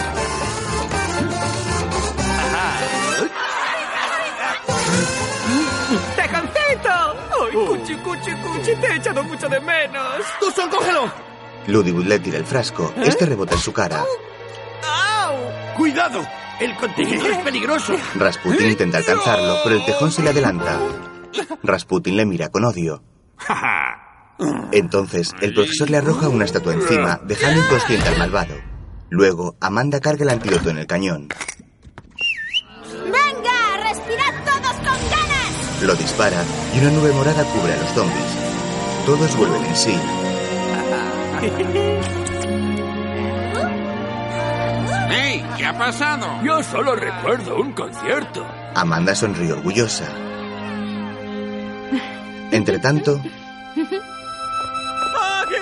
Speaker 2: ¡Tejoncito! ¡Ay, cuchi, cuchi, cuchi! Te he echado mucho de menos.
Speaker 3: ¡Tuson, cógelo!
Speaker 1: Ludibur le tira el frasco, este rebota en su cara.
Speaker 29: ¡Cuidado! El contenido es peligroso.
Speaker 1: Rasputin intenta alcanzarlo, pero el tejón se le adelanta. Rasputin le mira con odio. Entonces, el profesor le arroja una estatua encima, dejando inconsciente al malvado. Luego, Amanda carga el antídoto en el cañón.
Speaker 17: ¡Venga! ¡Respirad todos con ganas!
Speaker 1: Lo dispara y una nube morada cubre a los zombies. Todos vuelven en sí.
Speaker 11: ¡Ey! ¿Qué ha pasado?
Speaker 29: Yo solo recuerdo un concierto.
Speaker 1: Amanda sonríe orgullosa. Entretanto,
Speaker 5: ¡Aggie!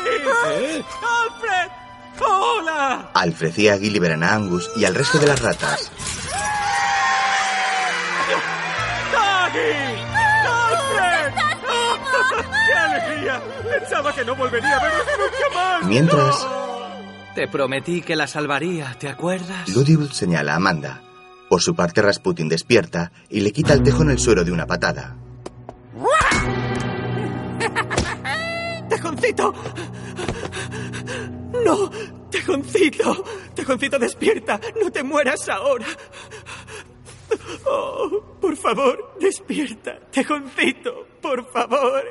Speaker 5: ¡Alfred! ¡Hola!
Speaker 1: Alfred y Aggie liberan a Angus y al resto de las ratas.
Speaker 5: ¡Aggie! ¡Alfred! ¡Qué alegría! Pensaba que no volvería a veros nunca más.
Speaker 1: Mientras,
Speaker 30: Te prometí que la salvaría, ¿te acuerdas?
Speaker 1: Ludibut señala a Amanda. Por su parte, Rasputin despierta y le quita al tejón el suero de una patada.
Speaker 2: ¡Tejoncito! ¡No! ¡Tejoncito! ¡Tejoncito, despierta! ¡No te mueras ahora! Oh, por favor, despierta. Tejoncito, por favor.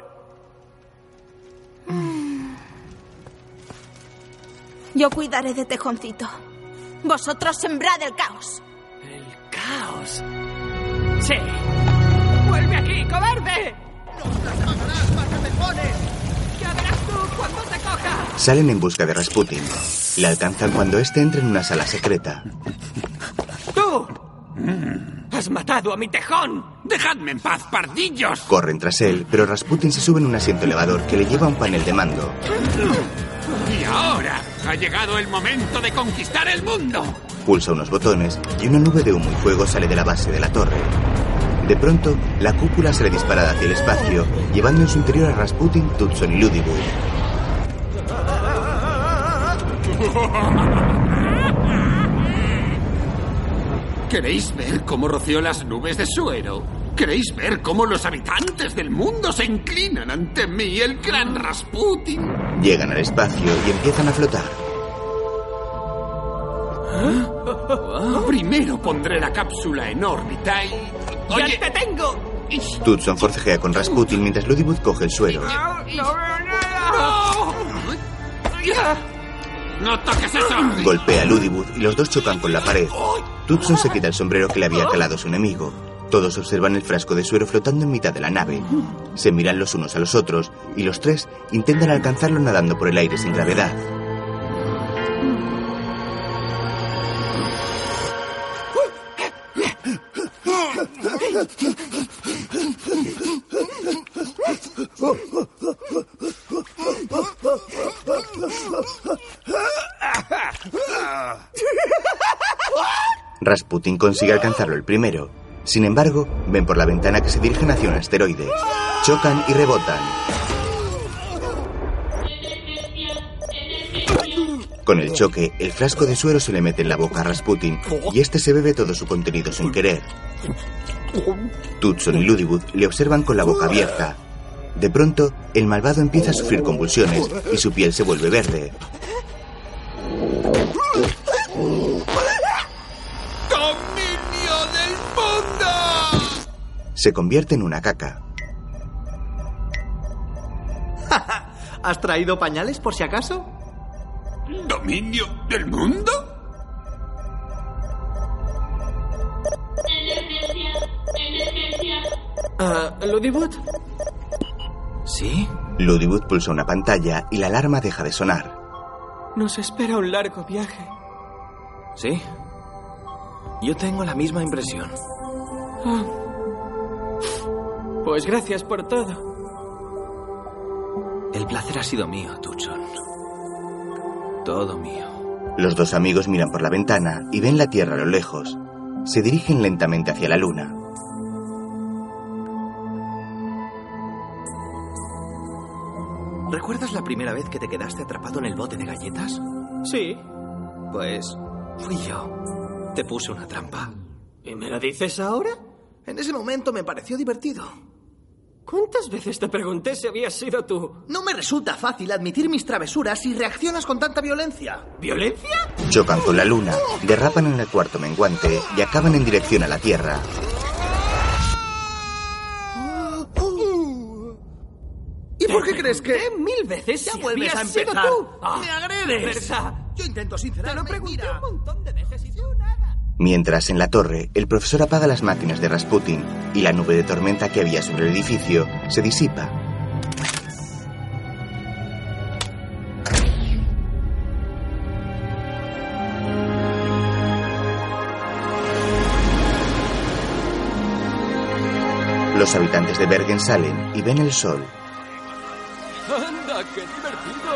Speaker 7: Yo cuidaré de Tejoncito. Vosotros sembrad el caos.
Speaker 2: ¡Caos! ¡Sí! ¡Vuelve aquí, cobarde! ¡Ya verás tú cuando te coja!
Speaker 1: Salen en busca de Rasputin. Le alcanzan cuando éste entra en una sala secreta.
Speaker 2: ¡Tú! ¡Has matado a mi tejón!
Speaker 6: ¡Dejadme en paz, pardillos!
Speaker 1: Corren tras él, pero Rasputin se sube en un asiento elevador que le lleva a un panel de mando.
Speaker 11: Y ahora ha llegado el momento de conquistar el mundo.
Speaker 1: Pulsa unos botones y una nube de humo y fuego sale de la base de la torre. De pronto, la cúpula sale disparada hacia el espacio, llevando en su interior a Rasputin, Tutson y Ludibur.
Speaker 11: ¿Queréis ver cómo roció las nubes de suero? ¿Queréis ver cómo los habitantes del mundo se inclinan ante mí, el gran Rasputin?
Speaker 1: Llegan al espacio y empiezan a flotar.
Speaker 11: ¿Ah? Primero pondré la cápsula en órbita y... ¡Oye!
Speaker 2: ¡Ya te tengo!
Speaker 1: Tutson forcejea con Rasputin mientras Ludibut coge el suero.
Speaker 5: ¡No veo nada!
Speaker 11: ¡No toques eso!
Speaker 1: Golpea a Ludibut y los dos chocan con la pared. Tutson se quita el sombrero que le había calado su enemigo. Todos observan el frasco de suero flotando en mitad de la nave. Se miran los unos a los otros y los tres intentan alcanzarlo nadando por el aire sin gravedad.
Speaker 13: Ah,
Speaker 1: Rasputin consigue alcanzarlo el primero. Sin embargo, ven por la ventana que se dirigen hacia un asteroide. Chocan y rebotan. Con el choque, el frasco de suero se le mete en la boca a Rasputin y este se bebe todo su contenido sin querer. Tutson y Ludibut le observan con la boca abierta. De pronto, el malvado empieza a sufrir convulsiones y su piel se vuelve verde.
Speaker 31: ¡Dominio del mundo!
Speaker 1: Se convierte en una caca.
Speaker 3: ¿Has traído pañales por si acaso?
Speaker 32: ¿Dominio del mundo?
Speaker 13: Ah, ¿Ludibut?
Speaker 1: ¿Sí? Ludibut pulsa una pantalla y la alarma deja de sonar.
Speaker 13: Nos espera un largo viaje.
Speaker 3: Sí. Yo tengo la misma impresión.
Speaker 13: Ah. Pues gracias por todo.
Speaker 3: El placer ha sido mío, Tuchon. Todo mío.
Speaker 1: Los dos amigos miran por la ventana y ven la Tierra a lo lejos. Se dirigen lentamente hacia la Luna.
Speaker 3: ¿Recuerdas la primera vez que te quedaste atrapado en el bote de galletas?
Speaker 13: Sí.
Speaker 3: Pues fui yo. Te puse una trampa.
Speaker 13: ¿Y me lo dices ahora?
Speaker 3: En ese momento me pareció divertido.
Speaker 13: ¿Cuántas veces te pregunté si habías sido tú?
Speaker 3: No me resulta fácil admitir mis travesuras si reaccionas con tanta violencia.
Speaker 13: ¿Violencia?
Speaker 1: Chocan con la Luna, derrapan en el cuarto menguante y acaban en dirección a la Tierra.
Speaker 3: ¿Y por qué crees que...?
Speaker 13: Mil veces
Speaker 3: Ya
Speaker 13: si
Speaker 3: vuelves
Speaker 13: habías
Speaker 3: a
Speaker 13: sido
Speaker 3: empezar.
Speaker 13: tú.
Speaker 3: Ah,
Speaker 13: ¡Me agredes!
Speaker 3: ¿verdad? Yo intento sincerarme.
Speaker 13: Te lo pregunté
Speaker 3: mira.
Speaker 13: un montón de veces y tú
Speaker 1: Mientras, en la torre, el profesor apaga las máquinas de Rasputin y la nube de tormenta que había sobre el edificio se disipa. Los habitantes de Bergen salen y ven el sol.
Speaker 31: ¡Anda, qué divertido!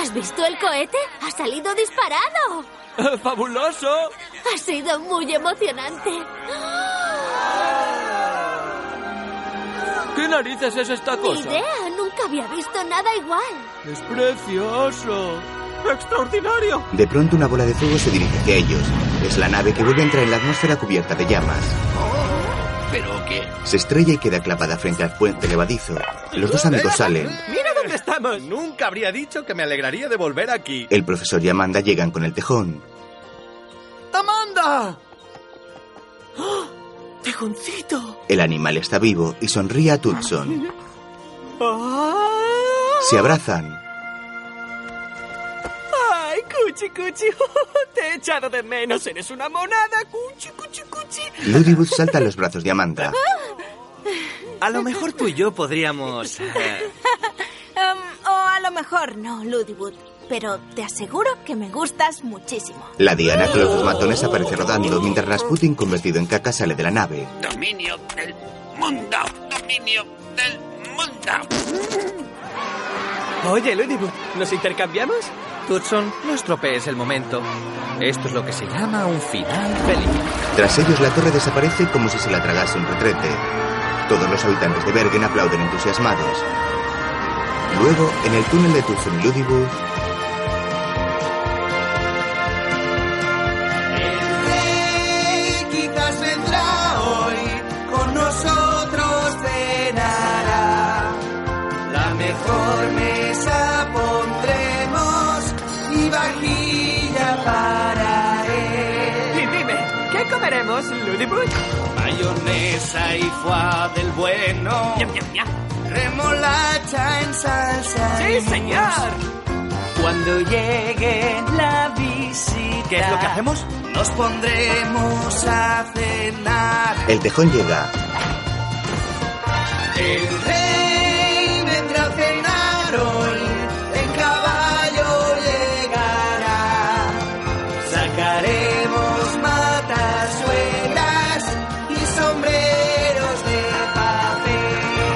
Speaker 17: ¿Has visto el cohete? ¡Ha salido disparado!
Speaker 33: ¡Fabuloso!
Speaker 17: Ha sido muy emocionante.
Speaker 33: ¿Qué narices es esta
Speaker 17: Ni idea, nunca había visto nada igual.
Speaker 33: ¡Es precioso! ¡Extraordinario!
Speaker 1: De pronto una bola de fuego se dirige hacia ellos. Es la nave que vuelve a entrar en la atmósfera cubierta de llamas.
Speaker 3: Oh.
Speaker 33: ¿Pero qué?
Speaker 1: Se estrella y queda clavada frente al puente levadizo. Los dos amigos salen.
Speaker 3: ¡Mira dónde estamos! Nunca habría dicho que me alegraría de volver aquí.
Speaker 1: El profesor y Amanda llegan con el tejón.
Speaker 3: ¡Amanda!
Speaker 13: ¡Tejoncito!
Speaker 1: El animal está vivo y sonríe a Tutson.
Speaker 13: ¡Ah!
Speaker 1: Se abrazan.
Speaker 13: ¡Ay, cuchi, cuchi! Te he echado de menos. Eres una monada. Cuchi, cuchi, cuchi.
Speaker 1: Ludibut salta a los brazos de Amanda.
Speaker 3: A lo mejor tú y yo podríamos... eh,
Speaker 7: Em, o a lo mejor no, Ludibut. Pero te aseguro que me gustas muchísimo.
Speaker 1: La diana con los dos matones aparece rodando mientras Rasputin convertido en caca sale de la nave.
Speaker 11: Dominio del mundo. Dominio del mundo.
Speaker 13: Oye, Ludibut, ¿nos intercambiamos?
Speaker 3: Tutson, no estropees el momento. Esto es lo que se llama un final feliz.
Speaker 1: Tras ellos la torre desaparece como si se la tragase un retrete. Todos los habitantes de Bergen aplauden entusiasmados. Luego, en el túnel de Tutson y Ludibut,
Speaker 2: Rey quizás vendrá hoy, con nosotros cenará. La mejor mesa pondremos y vajilla para él.
Speaker 13: Y dime, ¿qué comeremos, Ludibut?
Speaker 2: Mayonesa y foie del bueno. Remolacha en salsa.
Speaker 13: ¡Sí, señor!
Speaker 2: Cuando llegue la visita.
Speaker 3: ¿Qué es lo que hacemos?
Speaker 2: Nos pondremos a cenar.
Speaker 1: el tejón llega.
Speaker 2: El rey vendrá a cenar hoy. En caballo llegará. Sacaremos matasuegras y sombreros de papel.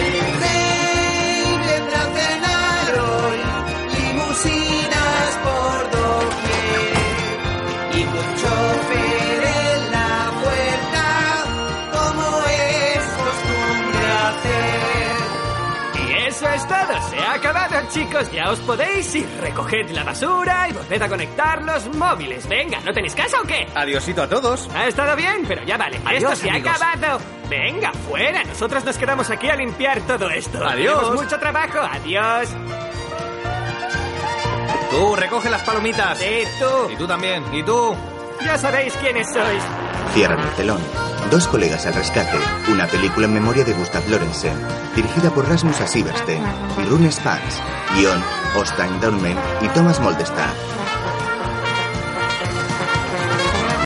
Speaker 2: El rey vendrá a cenar hoy. Limusinas por doquier.
Speaker 3: todo se ha acabado, chicos. Ya os podéis ir. Recoged la basura y volved a conectar los móviles. Venga, ¿no tenéis casa o qué?
Speaker 2: Adiosito a todos.
Speaker 3: Ha estado bien, pero ya vale.
Speaker 2: Adiós,
Speaker 3: esto se
Speaker 2: amigos.
Speaker 3: ha acabado. Venga, fuera. Nosotros nos quedamos aquí a limpiar todo esto.
Speaker 2: Adiós.
Speaker 3: Tenemos mucho trabajo. Adiós.
Speaker 2: Tú, recoge las palomitas.
Speaker 3: Sí, tú.
Speaker 2: Y tú también. Y tú.
Speaker 3: Ya sabéis quiénes sois.
Speaker 1: Cierran el telón. Dos colegas al rescate. Una película en memoria de Gustav Lorenzen. Dirigida por Rasmus Asiversten, Rune Spans. Guión, Ostein Dormen y Thomas Moldestad.